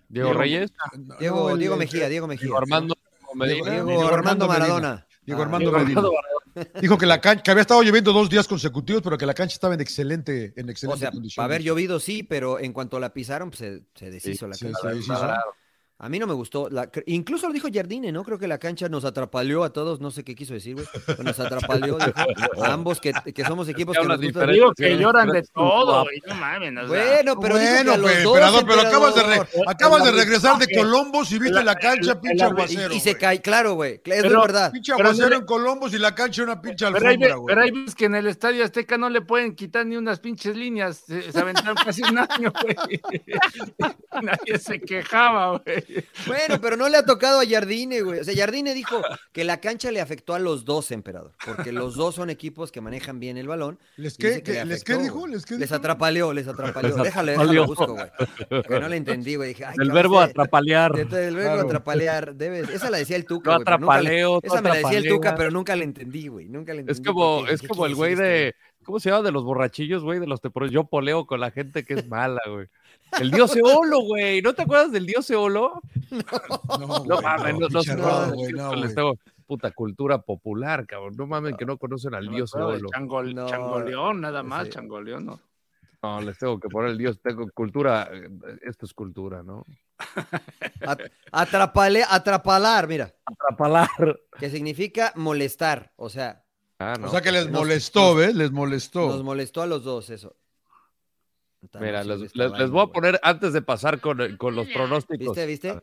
Diego,
Diego-
Reyes,
No,
Diego,
el-
Diego
el-
Mejía, Diego Mejía.
Diego Armando
Medina.
Diego
Diego
Armando
Armando
Maradona.
Diego
Ah,
Armando Medina. Dijo que la cancha, que había estado lloviendo dos días consecutivos, pero que la cancha estaba en excelente, en
O
excelente
sea,
condición.
para haber llovido sí, pero en cuanto la pisaron, pues, se, se deshizo la
sí,
cancha.
se deshizo.
A mí no me gustó. la- cre- incluso lo dijo Jardine, ¿no? Creo que la cancha nos atrapaleó a todos. No sé qué quiso decir, güey. pero Nos atrapaleó dijo, a ambos que, que somos equipos que
hablas
nos gustan.
diferente.
Digo que
Sí.
lloran de
Sí.
todo, güey. No mames. o sea,
Bueno, pero dijo que a
bueno,
los
pues,
dos,
emperador, pero acabas de, re-
emperador.
acabas de
El
regresar de
arbitraje.
Colombos y viste
El-
la cancha,
el-
pinche
el arbit-
Y-
aguacero.
Y, se
güey.
cae, claro, güey. cl- Eso
Pero-
es verdad.
Pinche
Pero
aguacero
mire-
en Colombos y la cancha una pinche
Pero hay,
alfombra,
ve-
güey.
pero hay veces que en el Estadio Azteca no le pueden quitar ni unas pinches líneas. eh, Se, se aventaron casi un año, güey. [laughs] Nadie se quejaba, güey.
Bueno, pero no le ha tocado a Jardine, güey. O sea, Jardine dijo que la cancha le afectó a los dos, emperador. Porque los dos son equipos que manejan bien el balón.
¿Les
y
qué,
dice que
qué-
le
les qué
afectó,
dijo?
güey.
¿Les qué
Les
dijo?
atrapaleó, les atrapaleó.
Les
Déjale, déjalo
atrapaleó.
busco, güey. Que no le entendí, güey. Dije, ay,
El
cabrón,
verbo
este-
atrapalear.
Entonces, el verbo
Claro.
atrapalear, debes. Esa la decía el Tuca.
No
güey, pero nunca le-
atrapaleo, no
Esa me la decía el Tuca,
atrapalea.
pero nunca la entendí, güey. Nunca la entendí.
Es como,
por qué,
es
¿qué este
como el
quiere
güey
decir esto,
de. ¿Cómo se llama? De los borrachillos, güey, de los teporos. Yo poleo con la
[laughs]
gente que es mala, güey. El dios Eolo, güey. ¿No te acuerdas del dios Eolo?
No,
No
güey,
mames, no, no
pinche
se
no,
error,
acuerdan.
güey, no, güey.
Les tengo puta cultura popular, cabrón. No mames que no conocen al
No me
dios
acuerdo de
Eolo.
Changol-
No.
Changoleón, nada más,
Sí.
Changoleón. ¿no?
No, les tengo que poner el dios. Tengo cultura. eh, Esto es cultura, ¿no?
At- atrapale, atrapalar, mira.
Atrapalar.
Que significa molestar. O sea,
Ah, no.
O sea que les
Nos-
molestó, ¿ves? Les
nos
molestó.
molestó a los dos eso. Puta, no
Mira,
sirve
les,
esta
les- les
vaina,
voy a
este güey.
poner antes de pasar con, eh, con los pronósticos.
¿Viste, viste?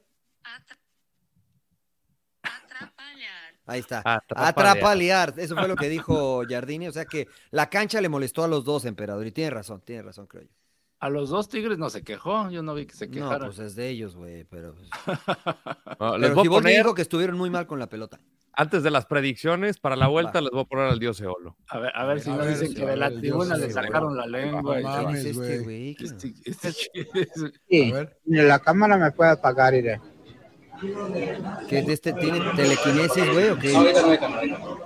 Atrapalhar.
Ahí está.
Atrapalear.
Atrapalear. Eso fue lo que dijo Jardini. O sea que la cancha le molestó a los dos, emperador. Y tiene razón, tiene razón, creo yo.
A los dos Tigres no se quejó. Yo no vi que se
No,
quejaran.
pues es de ellos, güey. Pero, pues-
No, les
pero
voy a
Siboldi
poner
dijo que estuvieron muy mal con la pelota.
antes de las predicciones para la vuelta.
Va.
Les voy a poner al dios Eolo. [laughs]
a ver, a ver
a
si no
ver,
dicen
sí,
que
a
de la
ver, yo
tribuna
sí,
le
güey.
sacaron la lengua.
Ah,
y-
mames.
¿Quién es este,
güey.
güey? ¿Qué-
Este-
[laughs]
este ch-
Sí,
A ver.
mira, la cámara me puede apagar, iré.
¿Qué es de este? ¿Tiene telequinesis, güey? ¿O qué?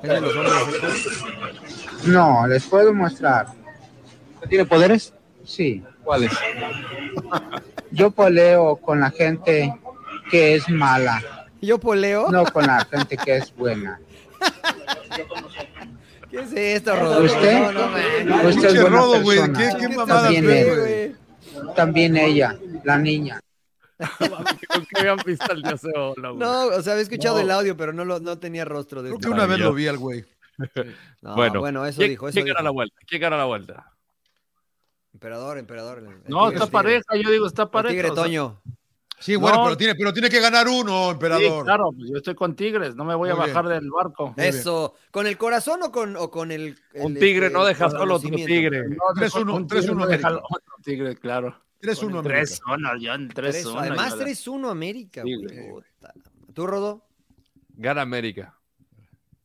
¿Eran los hombres estos?
No, les puedo mostrar.
¿Tiene poderes?
Sí,
¿Cuáles?
[laughs] yo poleo con la gente que es mala,
¿Yo poleo?
no con la gente que es
[laughs]
buena.
¿Qué es esto, Rodolfo?
¿Usted?
No, no, man.
Usted
Pinche
es buena
rodo, güey,
persona.
¿qué- qué
te
mamadas
estás
también,
ves,
viendo,
él,
güey?
también ella, la niña.
Creo que habían visto al dios Eolo. güey.
No, o sea, había escuchado el audio, pero no, lo, no tenía rostro de
Creo
este.
que una vez lo vi al güey.
No,
Bueno,
bueno, eso
¿Quién,
dijo, eso
quién
dijo.
gana la vuelta? ¿Quién gana la vuelta?
Emperador, emperador. el- el
No,
tigre,
está
el tigre.
pareja. Yo digo, está
El
pareja.
tigre
o sea,
Toño.
Sí, bueno,
No.
pero tiene, pero tiene que ganar uno,
sí,
emperador.
claro, pues yo estoy con Tigres. No me voy a
Muy bien. Eh,
bajar del barco.
bien.
Eso. ¿Con el corazón o con, o con el, el,
Un tigre
este,
no deja
el
solo otro
conocimiento?
tigre.
No,
Tres, uno,
un
tres,
tigre
uno,
no deja
América.
al otro Tigre, claro.
Tres uno,
Con el
América.
3-1, yo en
Tres-
3-1.
además,
yo-
3-1 América,
Sí,
güey.
güey.
Puta. ¿Tú, Rodo?
Gana América.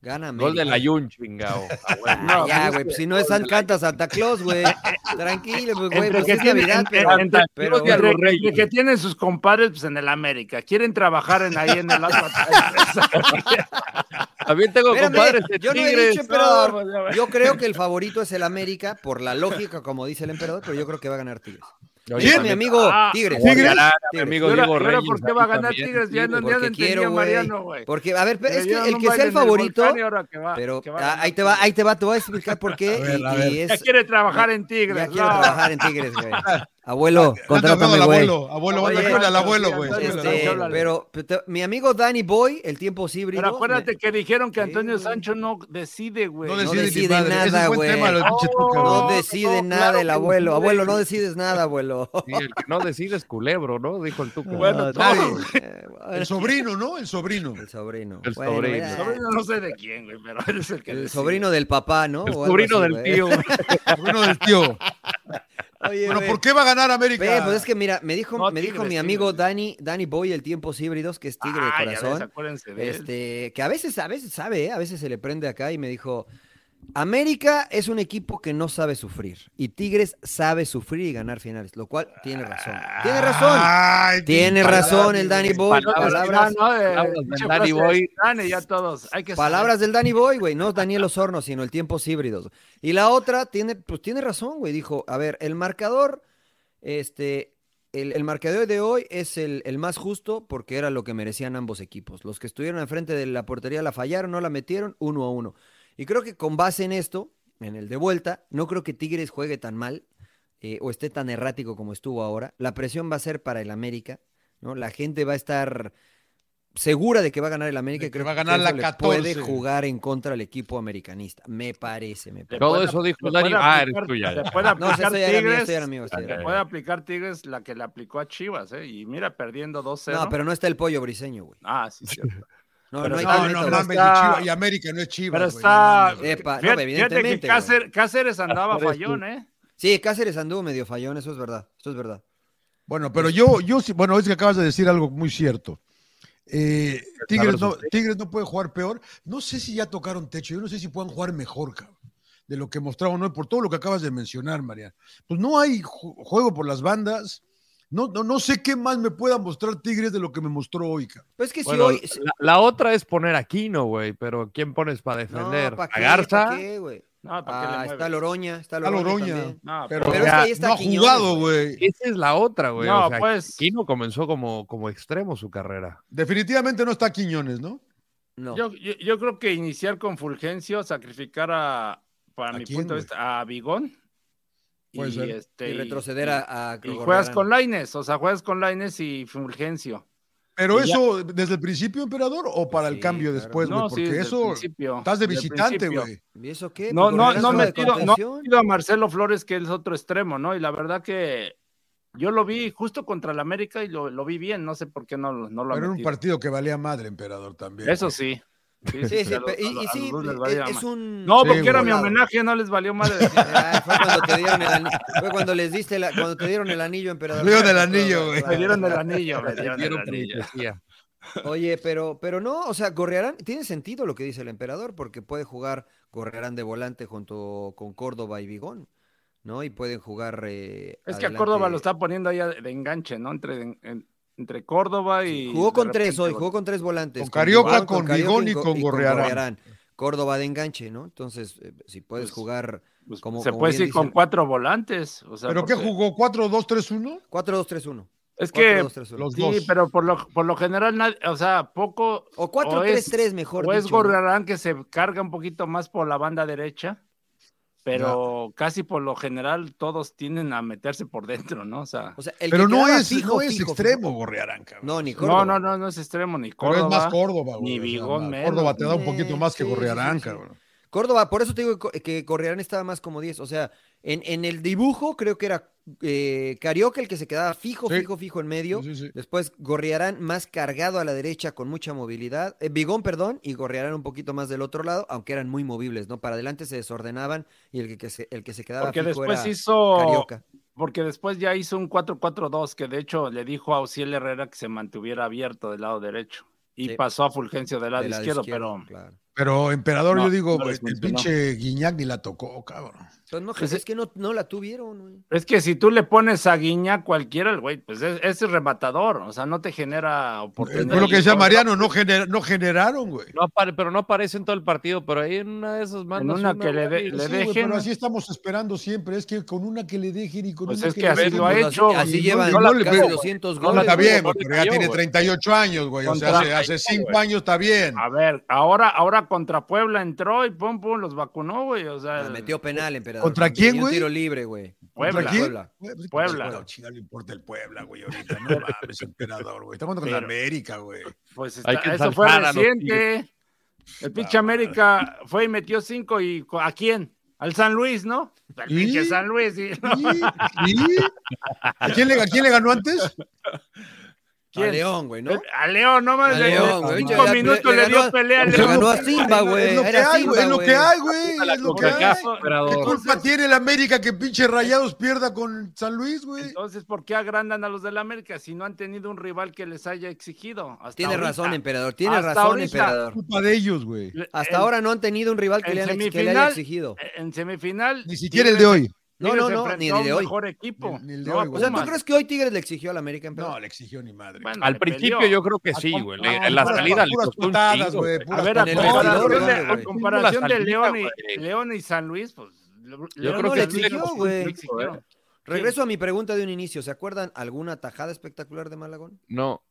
Gana América.
Gol de la Jun, chingao. Ah, bueno.
Ah,
No,
ya,
pues,
güey, pues si no es San Canta Santa Claus, güey. Tranquilo, pues, güey,
Entre
pues
que
es
tienen-
Navidad,
entre-
pero...
entre-
pero,
entre-
bueno,
Entre-
Reyes.
entre que tienen sus compadres pues, en el América. Quieren trabajar en ahí en el
[laughs]
Atlas.
También tengo
Espérame,
compadres de
yo no he
Tigres.
dicho, emperador. Yo creo que el favorito es el América, por la lógica, como dice el emperador, pero yo creo que va a ganar Tigres.
Oye,
Dice
¿Quién?
mi amigo
Ah,
Tigres.
¿Tigres?
Tigres.
mi amigo
Yo era-
Diego
yo era,
Reyes.
¿Por qué va a
aquí
ganar
también.
Tigres? Ya no, ya no
Porque
entendía
quiero, güey.
Mariano, güey.
Porque, a ver,
Le
pero Pues, es que
dieron
el
un
que
baile
sea
en
el favorito,
volcán y ahora que va-
pero
que va a
ah,
ganar
ahí te va,
Tigres.
ahí te va, te voy a explicar por qué.
A ver,
y-
a
y
ver.
es-
Ya quiere trabajar en
ya
Tigres.
quiero
no.
trabajar en Tigres, güey. Abuelo,
Mándame
contrátame,
al
güey.
abuelo, abuelo,
Oye,
mándame al abuelo,
sí,
güey.
Antonio,
Mándame al
Este,
abuelo.
pero, pero te- mi amigo Danny Boy, el tiempo es híbrido.
Pero acuérdate que dijeron que
Sí,
Antonio
güey.
Sancho no decide, güey.
no
no
decide, ni
decide
madre. Ese
nada,
es buen
güey.
tema, lo del pinche
No,
Tuca,
No
güey.
decide
no,
nada
claro
el
que
abuelo.
no,
Abuelo, no
güey.
decides nada, abuelo.
Sí, el que no decide es culebro, ¿no? Dijo el Tuca.
Bueno,
No,
todo,
nadie.
güey.
[laughs] Eh, bueno.
El sobrino, ¿no? El sobrino.
El sobrino.
El
Bueno,
sobrino.
era
El sobrino no sé de quién, güey, pero [laughs] él es el que
El
decide.
sobrino del papá, ¿no?
el
O algo
sobrino
así,
del
güey.
tío.
El sobrino del tío.
[laughs] Oye,
Pero
güey.
¿por qué va a ganar América?
Ve, pues es que mira, me dijo,
No,
me dijo
Tigres,
mi amigo
Tigres.
Dani, Dani Boy, el tiempo híbridos, que es tigre
Ah, ya
de
ves,
corazón.
acuérdense de él.
Este, que a veces, a veces sabe, ¿eh? a veces se le prende acá y me dijo: América es un equipo que no sabe sufrir. Y Tigres sabe sufrir y ganar finales, lo cual tiene razón. Tiene
Ah,
razón.
Ay,
Tiene
pinche
razón el Danny
güey.
Boy.
Palabras,
Palabras,
¿no? De-
palabras del
pinche
Danny
frase
Boy.
de Zidane, ya todos. Hay que
Palabras del Danny Boy, güey, no Daniel Osorno, sino el tiempos híbridos. Y la otra tiene, pues tiene razón, güey. Dijo, a ver, el marcador, este, el, el marcador de hoy es el, el más justo porque era lo que merecían ambos equipos. Los que estuvieron enfrente de la portería la fallaron, no la metieron, uno a uno. Y creo que con base en esto, en el de vuelta, no creo que Tigres juegue tan mal eh, o esté tan errático como estuvo ahora. La presión va a ser para el América, ¿no? La gente va a estar segura de que va a ganar el América.
De
y
que
creo
va a ganar
eso
la
le
14.
Puede jugar en contra del equipo americanista, me parece, me parece.
Todo
puede-
eso dijo
le
Dani.
puede
Ah, eres
aplicar-
tú ya. ya.
le puede
No, sí,
aplicar
esto ya era mío,
Tigres-
esto ya era mío, esto ya
le
era mío.
puede aplicar Tigres la que le aplicó a Chivas, ¿eh? Y mira, perdiendo 2-0.
No, pero no está el pollo briseño, güey.
Ah, sí, cierto.
No,
Pero
no hay
No,
talento,
no
güey.
mames, y
está-
Chivas- y América no es Chivas.
Pero
güey, no
está-
mames, güey.
Epa, no,
Fíjate, fíjate
evidentemente,
que
güey. Ah,
Cáceres, Cáceres andaba
Cáceres, sí.
fallón, ¿eh?
Sí, Cáceres anduvo medio fallón, eso es verdad, eso es verdad.
Bueno, pero yo, yo sí- bueno, es que acabas de decir algo muy cierto. Eh, Tigres, no, Tigres no puede jugar peor. No sé si ya tocaron techo, yo no sé si puedan jugar mejor, cabrón, de lo que mostraron hoy, por todo lo que acabas de mencionar, Mariano. Pues no hay ju- juego por las bandas. No, no, no sé qué más me pueda mostrar Tigres de lo que me mostró hoy, cabrón.
Pero es que
Bueno,
eh,
si hoy...
la, la otra es poner a Quino, güey, pero ¿quién pones para defender?
No, ¿pa'
¿A
qué?
Garza?
¿Pa' qué, güey?
No, ¿para qué le
Ah,
mueves?
está Loroña, está
Está
Loroña.
Loroña.
también.
No,
Pero,
Ah, Pero es que ahí está
no ha
Quiñones,
jugado, güey.
Esa es la otra, güey.
No,
o sea,
pues.
Quino comenzó como, como extremo su carrera.
Definitivamente no está Quiñones, ¿no?
No.
Yo, yo, yo creo que iniciar con Fulgencio, sacrificar a, para
¿A
mi
quién,
punto de
güey?
vista, a Bigón.
Puede ser.
este,
Y retroceder
y-
a, a
Y juegas
Gorriarán.
con Laines, o sea, juegas con Laines y Fulgencio.
Pero
Y ya-
eso, ¿desde el principio, emperador? ¿o para el
Sí,
cambio
claro.
después, Pues, güey?
Pues no, sí,
Porque
desde el
eso.
principio,
Estás de
desde el
visitante,
principio.
güey.
¿Y eso qué?
No,
Pues
no,
Gorriarán
no
estaba de
metido, no
contención.
metido a Marcelo Flores, que es otro extremo, ¿no? Y la verdad que yo lo vi justo contra el América y lo, lo vi bien, no sé por qué no, lo- no lo ha
Pero era un
metido.
partido que valía madre, emperador, también.
Eso
güey.
sí.
Sí, sí,
a los-
pe-
a
y, y
los- a
sí,
los dos les
es,
valía
es
madre.
un...
No,
Sí,
porque era mi
volado.
homenaje, no les valió madre.
Ah, fue cuando te dieron el anillo, fue cuando les diste la- cuando te dieron el anillo, emperador.
Me dieron el anillo, güey.
Me dieron el anillo, me dieron el
Dieron
anillo.
pleitesía.
Oye, pero, pero no, o sea, Gorriarán, tiene sentido lo que dice el emperador, porque puede jugar Gorriarán de volante junto con Córdoba y Bigón, ¿no? Y pueden jugar. eh,
Es que a
adelante.
Córdoba lo está poniendo ahí de enganche, ¿no? Entre, en- entre Córdoba y.
Jugó
de
con tres
repente,
hoy,
güey.
jugó con tres volantes.
Con Carioca,
Bigón,
con
Carioca
Bigón y
go-
con Gorriarán.
Córdoba de enganche, ¿no? Entonces, eh, si puedes
Pues-
jugar
Pues,
como-
se
como
puede
bien
decir
dice
con
el-
cuatro volantes. O sea,
¿Pero qué
porque-
jugó? ¿4-2-3-1?
4-2-3-1.
Es que
4-2-3-1.
Los
Sí,
dos.
pero por lo, por lo general, nadie- o sea, poco.
O
o es-
4-3-3, mejor.
o es
dicho, ¿no?
Gorriarán que se carga un poquito más por la banda derecha, pero casi por lo general todos tienden a meterse por dentro, ¿no? O sea,
O sea, el
Pero
que
no
quedaba
es,
fijo,
no es
fijo,
extremo,
fijo.
Gorriarán, cabrón.
No, Pues, ni Córdoba.
no, no, no, no es extremo ni
Pero es más
Córdoba.
Córdoba, güey.
ni
o sea,
Bigón
más
menos,
Córdoba te da un poquito
eh,
más que
sí,
Gorriarán,
sí, sí, sí.
cabrón.
Córdoba, por eso te digo que Co- que Corriarán estaba más como 10. O sea, en, en el dibujo creo que era eh, Carioca el que se quedaba fijo,
Sí.
fijo, fijo en medio.
Sí, sí, sí.
Después Gorriarán más cargado a la derecha con mucha movilidad. eh, Bigón, perdón, y Gorriarán un poquito más del otro lado, aunque eran muy movibles, ¿no? Para adelante se desordenaban y el que, que se, el que se quedaba
Porque
fijo
después
era
hizo.
Carioca.
Porque después ya hizo un 4-4-2, que de hecho le dijo a Auxiel Herrera que se mantuviera abierto del lado derecho. Y
Sí.
pasó a Fulgencio del lado
del lado
izquierdo,
izquierdo,
pero.
claro.
Pero, emperador,
No,
yo digo,
no
güey,
les
el
funcionó.
pinche Guiñac ni la tocó, cabrón.
Entonces, no,
Pues
es que no, no la tuvieron. güey.
Es que si tú le pones a Guiña cualquiera, el güey, pues es, es el rematador, o sea, no te genera
Es
oportunidad.
Eh, lo que decía Mariano, no, gener- no generaron, güey.
No apare- pero no aparece en todo el partido, pero ahí en una de esas mandas.
una que le dé-
güey.
le
Pues Sí,
dé-
güey,
dejen-
pero así estamos esperando siempre, es que con una que le dejen y con
Pues
una
es que
le
así
dejen,
lo ha
güey.
Pues
hecho,
Así, así
y no
llevan
le- no le
casi
pegó.
200
No,
goles.
está bien,
güey.
güey, pero ya
cayó,
tiene
güey.
38 años, güey. O sea,
Contra-
hace, hace 5 años está bien.
A ver, ahora, ahora contra Puebla entró y pum pum los vacunó, güey. O sea,
Ah, metió penal, emperador.
¿Contra quién,
Y un
güey?
tiro libre, güey.
Puebla.
¿Contra quién?
Puebla.
Güey, pues,
Puebla.
¿qué chingado le importa el Puebla, güey, ahorita.
[laughs]
No mames, emperador, güey. Está jugando con la
Pero-
América, güey.
pues
Hay
está-
que
eso fue
ensalzar a los
reciente. El pinche América fue y metió cinco y co- ¿a quién? Al San Luis, ¿no? Al
¿Y?
pinche San Luis. y-
¿Y? ¿Y? ¿A quién le, a quién le ganó antes?
A
¿Quién?
León, güey, ¿no?
A León, no mames.
A
le-
León,
le-
güey.
cinco
Ya,
minutos le,
ganó
dio
a-
pelea. a
Le
León.
ganó a Simba, [laughs] güey.
Es lo que
Era
hay, güey.
Simba,
Es lo
güey.
que hay, güey.
A la
Es lo que hay.
CONCACAF,
¿Qué
emperador.
culpa tiene el América que pinche Rayados pierda con San Luis, güey?
Entonces, ¿por qué agrandan a los del América si no han tenido un rival que les haya exigido? Hasta
Tiene
ahorita?
razón, emperador. Tiene
Hasta
razón,
ahorita.
Es
emperador.
culpa de ellos, güey.
Le-
Hasta
en-
ahora no han tenido un rival que
en
le, han, ex- que le
semifinal-
hayan exigido.
En semifinal.
Ni siquiera el de hoy.
No, no, no, ni el de hoy.
mejor equipo.
Ni- ni el de
No,
hoy,
a
güey.
O sea, ¿tú
Pumas.
crees que hoy Tigres le exigió al América, emperador?
No, le exigió ni madre.
Bueno,
Al
le
principio
peleó.
yo creo que
Al
sí,
com-
güey.
no,
le- en la
puras-
salida le
puras
costó un
putadas,
chingo,
güey,
güey.
puras
A ver,
putadas.
a
En el
comparación,
vestidor, güey.
de, a comparación de
Salida,
León y,
güey.
León y San Luis, pues. Yo
creo que
sí le costó un
güey.
chingo, eh.
Regreso a mi pregunta de un inicio. ¿Se acuerdan alguna tajada espectacular de Malagón?
No,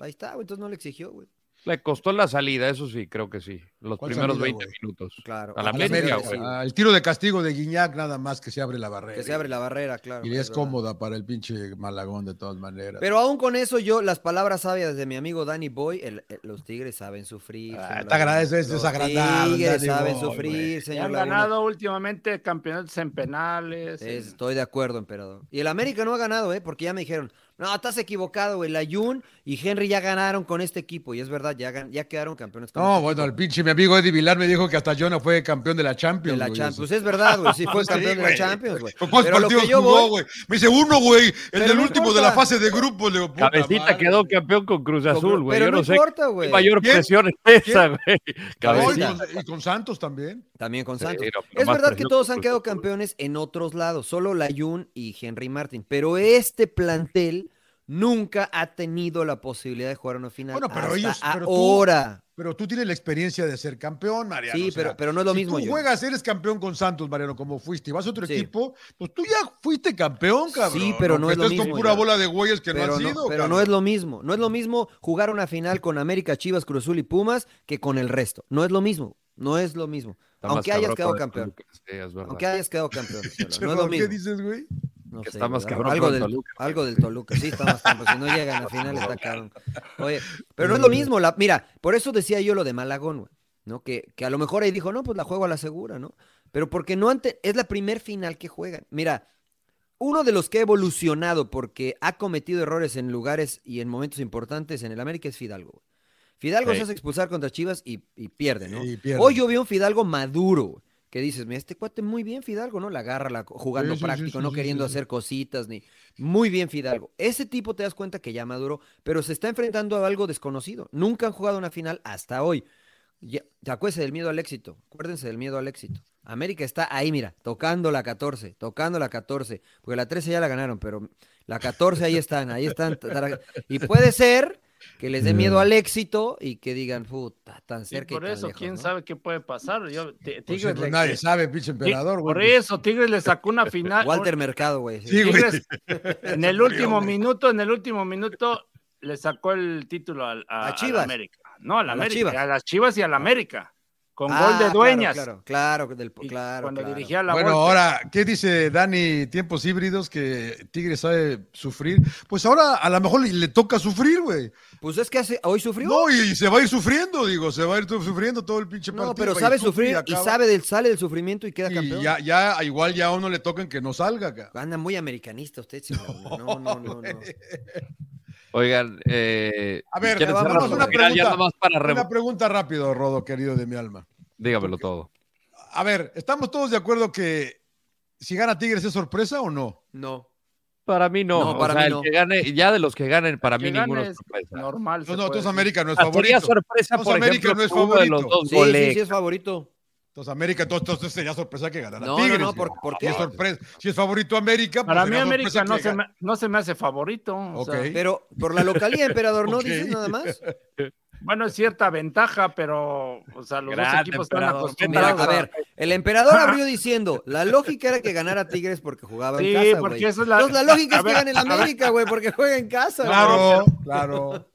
Ahí está, güey. Entonces no le exigió, güey.
Le costó la salida, eso sí, creo que sí. Los
¿Cuál
primeros
salida,
20
güey?
minutos.
Claro.
A la
Ah,
América,
América,
güey.
sí.
El tiro de castigo de Guiñac, nada más que se abre la barrera.
Que se abre la barrera, claro.
Y es
verdad.
cómoda para el pinche Malagón de todas maneras.
Pero aún con eso, yo, las palabras sabias de mi amigo Danny Boy, el- el- los tigres saben sufrir.
Ah,
señor
está
Laguna.
agradable, es
Los
desagradable,
Tigres
Danny
saben
Boy, güey.
sufrir,
Y han
señor Laguna.
ganado últimamente campeonatos en penales. en-
Estoy de acuerdo, emperador. Y el América no ha ganado, ¿eh? Porque ya me dijeron, no, estás equivocado, güey. Layun y Henry ya ganaron con este equipo. Y es verdad, ya, gan- ya quedaron campeones. con
no,
este
bueno, el
equipo.
pinche mi amigo Eddie Vilar me dijo que hasta yo no fue campeón de la Champions.
De la
güey,
Champions.
o sea.
Pues es verdad, güey.
[laughs]
Sí, fue
Sí,
campeón de
güey.
la Champions, güey.
¿Con cuántos
Pero lo que
partidos
yo
jugó,
voy,
güey? Me dice uno, güey. El
Pero
del
no
último de la
importa.
fase de grupo. Le digo, puta
Cabecita
madre.
quedó campeón con Cruz
con-
Azul, güey.
Pero
Yo no,
no,
sé
importa,
qué
güey.
mayor
¿Quién?
presión es esa, güey.
No, y
Cabecita.
Cabecita.
con- Y con Santos también.
También con
Sí,
Santos.
no,
es
Eh, nomás
verdad que
perdió
todos
con
han
Cruz
quedado
Azul.
campeones en otros lados, solo Layun y Henry Martin. Pero este plantel nunca ha tenido la posibilidad de jugar una final.
Bueno, pero
hasta
ellos- pero tú-
ahora.
Pero tú tienes la experiencia de ser campeón, Mariano.
sí,
o sea,
pero, pero no es lo
si
mismo.
Tú
yo.
juegas, eres campeón con Santos, Mariano, como fuiste, y vas a otro
Sí.
equipo, pues tú ya fuiste campeón, cabrón.
Sí, pero no
que
es lo
estés
mismo,
con pura
ya.
bola de güeyes que
pero
no han
no,
sido.
pero no
cabrón.
es lo mismo. No es lo mismo jugar una final con América, Chivas, Cruz Azul y Pumas que con el resto. No es lo mismo. No es lo mismo.
Está más
Aunque hayas
cabrón
quedado
con el
campeón.
Toluca, sí, es verdad.
Aunque hayas quedado
[laughs]
campeón. Cholo, No es
[laughs] Perdón,
lo
¿Qué
mismo.
dices, güey?
No
Que
sé,
está más
güey,
cabrón
algo
con
del,
Toluca,
algo del
sí.
Toluca, sí está más cabrón, si [laughs] no llegan a la final está cabrón. Oye, pero no es lo mismo, la, mira, por eso decía yo lo de Malagón, güey, ¿no? Que, que a lo mejor ahí dijo, no, pues la juego a la segura, ¿no? Pero porque no antes, es la primer final que juegan. Mira, uno de los que ha evolucionado porque ha cometido errores en lugares y en momentos importantes en el América es Fidalgo. güey. Fidalgo
Sí.
se hace expulsar contra Chivas y, y pierde, ¿no?
Y pierde.
Hoy yo vi a un Fidalgo maduro, güey, que dices, mira, este cuate muy bien Fidalgo, ¿no? La agarra la, jugando
Sí, sí, sí,
práctico,
sí,
no
sí,
queriendo
sí, sí.
hacer cositas, ni muy bien Fidalgo. Ese tipo te das cuenta que ya maduró, pero se está enfrentando a algo desconocido. Nunca han jugado una final hasta hoy. Ya, acuérdense del miedo al éxito, acuérdense del miedo al éxito. América está ahí, mira, tocando la 14, tocando la 14, porque la 13 ya la ganaron, pero la 14 ahí están, ahí están. tar- Y puede ser que les dé
Mm.
miedo al éxito y que digan, puta, tan
Sí,
cerca y
por
tan
eso,
lejos",
quién
¿no?
sabe qué puede pasar. Yo, Ti-
Pues,
Tigres
pues,
le-
nadie sabe, pinche emperador, güey. pues.
Por eso, Tigres le
[laughs]
sacó una final.
Walter Mercado, güey. sí.
Sí, güey.
Tigres,
[laughs]
en el último minuto, en el último minuto, le sacó el título al, a,
A
al
Chivas.
América. No, al
A las
América,
Chivas.
a las Chivas y al América. Con
Ah,
gol de
claro,
dueñas.
Claro, claro, del-
Y
claro,
cuando
claro.
dirigía la
Bueno,
Volpe.
ahora, ¿qué dice Dani? Tiempos híbridos que Tigres sabe sufrir. Pues ahora a lo mejor le, le toca sufrir, güey.
Pues es que hace, hoy sufrió.
No, y, y se va a ir sufriendo, digo, se va a ir todo sufriendo todo el pinche partido.
No, pero
y
sabe
sufre
sufrir y
acaba.
sabe del, sale del sufrimiento y queda
Y
campeón.
ya, ya, igual ya a uno le tocan que no salga acá.
Anda muy americanista usted, señor. No, no, no, no.
[laughs]
no.
Oigan, eh,
A ver,
¿quieren
vámonos,
cerrar?
una
Porque ya- ya
pregunta.
nada más para re-
Una pregunta rápido, Rodo, querido de mi alma.
Dígamelo todo.
A ver, ¿estamos todos de acuerdo que si gana Tigres es sorpresa o no?
No.
Para mí no.
No,
o
para
sea,
mí
el
no.
que gane, ya de los que ganen, para
Que
mí ninguno
gane
es sorpresa.
Normal. se
No, no,
puede
entonces
decir.
América no es
Ah, Sería
favorito.
sorpresa,
Entonces
por
América
ejemplo,
no es
que uno de los
favorito.
Sí,
dos
sí,
goles.
sí es favorito.
Entonces América, entonces, entonces sería sorpresa que ganara
No,
Tigres.
no, no,
digo.
por- ¿por
Si es
qué?
sorpresa, si es favorito América, pues
Para mí
sería
América
sorpresa
no
que
se,
gane.
me, no se me hace favorito. o
Ok.
sea,
Pero por la localía, emperador, ¿no
Ok.
dices nada
[laughs]
más?
bueno, es cierta ventaja, pero o sea, los
Grande,
dos equipos están
emperador.
Mira,
acostumbrados.
a ver, el emperador abrió diciendo, la lógica era que ganara Tigres porque jugaba en
Sí,
casa,
porque
güey.
esa es la-
Entonces, la lógica
a
es que
ver,
gane el
a ver.
América, güey, porque juega en casa. güey.
Claro, claro.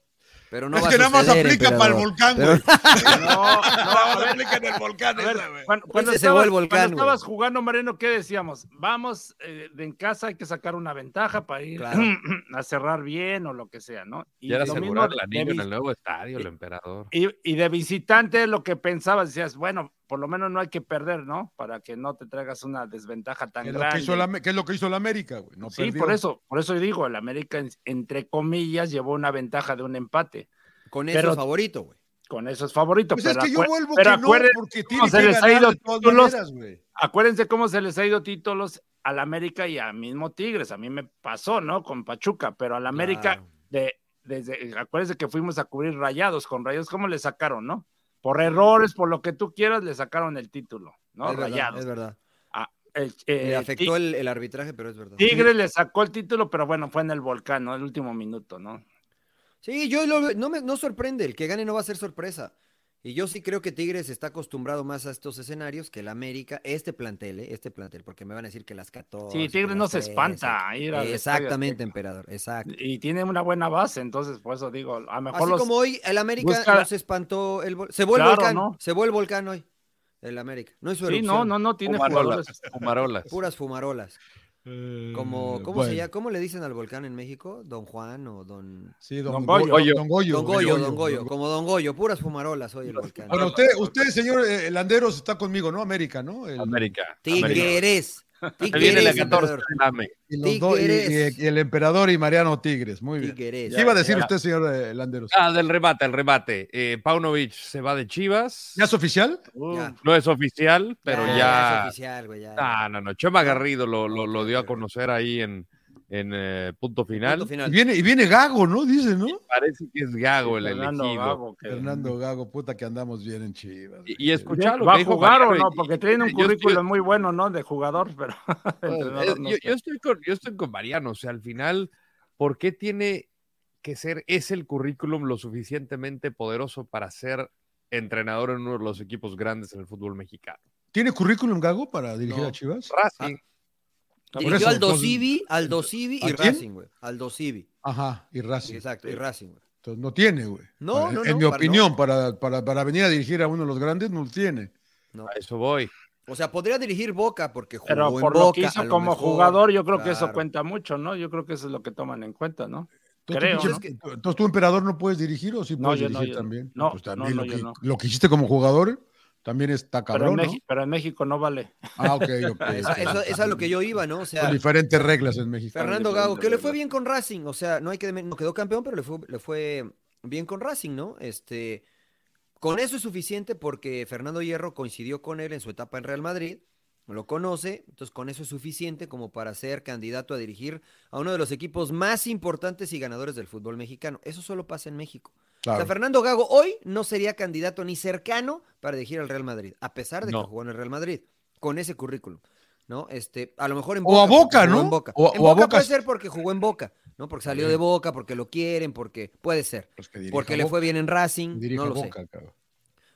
Pero no
es
va a
que nada más
suceder,
aplica para el
emperador.
volcán,
Pero-
güey.
[laughs] No,
Nada más aplica en el volcán
A ver,
esa, güey.
cuando, cuando
se
estabas,
cebó el volcán,
cuando
güey.
estabas jugando, Mariano, ¿qué decíamos? Vamos, eh, de en casa hay que sacar una ventaja para ir
Claro.
[clears throat] a cerrar bien o lo que sea, ¿no? Y,
Ya era
lo mismo
asegurar el
de
anillo en
vis-
el nuevo estadio, el emperador.
y- y de visitante, lo que pensabas, decías, bueno, por lo menos no hay que perder, ¿no? Para que no te traigas una desventaja tan
Que es lo que
grande.
hizo la- que es lo que hizo el América, güey. No
sí,
perdió.
por eso, por eso digo, el América, en- entre comillas, llevó una ventaja de un empate.
Con eso
Pero-
es favorito, güey.
Con eso es favorito.
Pues es
pero
que yo
acuer-
vuelvo que
pero
no,
acuérdense
porque
cómo
tiene
se
que
les ha
ganar
ido
de todas
títulos.
maneras, güey.
acuérdense cómo se les ha ido títulos al América y a mismo Tigres. A mí me pasó, ¿no? Con Pachuca, pero al América,
Claro.
de, desde, acuérdense que fuimos a cubrir rayados con rayados, ¿cómo le sacaron, no? Por errores, por lo que tú quieras, le sacaron el título, ¿no?
es verdad,
rayados.
es verdad.
El- eh,
Le afectó
Ti-
el, el arbitraje, pero es verdad.
Tigres le sacó el título, pero bueno, fue en el volcán, ¿no? El último minuto, ¿no?
Sí, yo lo- no me no sorprende. El que gane no va a ser sorpresa. Y yo sí creo que Tigres está acostumbrado más a estos escenarios que el América, este plantel, ¿eh? este plantel, porque me van a decir que las 14.
Sí, Tigres
las
no se
13,
espanta. ir al
Exactamente,
Estadio
emperador, exacto.
Azteca. Y tiene una buena base, entonces por eso digo, a lo mejor
Así
los...
como hoy el América
busca-
no se espantó, el vol- se vuelve
Claro,
volcán,
¿no?
se vuelve volcán hoy, el América. No hizo
Sí,
erupción,
no, no, no, tiene
Fumarolas.
jugadores.
fumarolas.
puras fumarolas. Como,
Eh,
¿cómo,
bueno.
se llama? ¿Cómo le dicen al volcán en México? ¿Don Juan o don...?
Sí, don,
Don
Goyo.
Goyo.
Don Goyo.
Don Goyo, don Goyo, como Don Goyo, puras fumarolas hoy el volcán.
Bueno, usted, usted señor eh, Landeros, está conmigo, ¿no? América, ¿no? El-
América. América.
Tigres,
Se viene la
Tigres,
14.
emperador,
dame.
y, los dos- y-
Tigres.
y- y el emperador y Mariano Tigres. Muy bien.
Tigres.
¿Qué iba a decir
ya.
usted, señor eh, Landeros?
Ah, del remate, el remate. Eh, Paunovic se va de Chivas.
¿Ya es oficial?
Uh,
Ya,
No es oficial, pero ya.
es oficial, güey, ya.
Ah, no, no. Chema Garrido lo, lo- lo dio a conocer ahí en, en, eh, punto final.
Punto
Y
final.
viene, y viene Gago, ¿no? Dice, ¿no?
Parece que es Gago el
Fernando
elegido.
Gago, que-
Fernando Gago, puta que andamos bien en Chivas.
Y, y escuchá lo
¿Va
que
a
dijo
jugar o
Mariano,
no?
y-
Porque tiene un
yo- yo-
currículum muy bueno, ¿no? De jugador, pero...
Eh,
[laughs] entrenador, no
yo,
sé.
yo estoy con, yo estoy con Mariano, o sea, al final, ¿por qué tiene que ser, es el currículum lo suficientemente poderoso para ser entrenador en uno de los equipos grandes en el fútbol mexicano?
¿Tiene currículum Gago para dirigir
No.
a Chivas?
Racing,
Dirigió
eso,
al
entonces-
Dosivi, al Dosivi y
¿A quién?
Racing, güey. Al Dosivi.
Ajá, y Racing.
Exacto, y Racing, güey.
Entonces, no tiene, güey.
No,
Para-
no,
En
no,
mi
para-
opinión, para, para, para venir a dirigir a uno de los grandes, no tiene.
No.
a eso voy.
O sea, podría dirigir Boca porque jugó
Pero
en
por
Boca.
lo que
a
hizo
lo
como
mejor.
jugador, yo creo que eso
Claro.
cuenta mucho, ¿no? Yo creo que eso es lo que toman en cuenta, ¿no?
Entonces,
Creo,
tú,
¿no?
tú- entonces, tú, emperador, no puedes dirigir o sí
No,
puedes
yo no,
dirigir
yo no.
también.
No,
Pues también
no, no,
lo,
yo
que,
no.
lo que hiciste como jugador también está
Pero en,
cabrón, ¿no?
Meji- pero en México no vale.
Ah, ok, ok.
[laughs] Esa, esa- esa es lo que yo iba, ¿no? O sea,
Con diferentes reglas en México.
Fernando
diferente,
Gago, que le fue
¿verdad?
bien con Racing. O sea, no hay que no quedó campeón, pero le fue, le fue bien con Racing, ¿no? Este, con eso es suficiente porque Fernando Hierro coincidió con él en su etapa en Real Madrid. Lo conoce, entonces con eso es suficiente como para ser candidato a dirigir a uno de los equipos más importantes y ganadores del fútbol mexicano. Eso solo pasa en México. O sea,
Claro.
Fernando Gago hoy no sería candidato ni cercano para dirigir al Real Madrid, a pesar de
No.
que jugó en el Real Madrid, con ese currículum, ¿no? Este, a lo mejor en
O a Boca,
porque jugó
¿no?
en Boca.
O a-
En
o a
Boca
Boca
puede
sí.
ser porque jugó en Boca, ¿no? Porque salió de Boca, porque lo quieren, porque puede ser,
Pues que dirija
porque le
Boca,
fue bien en Racing,
dirija
no lo sé.
Boca, cabrón.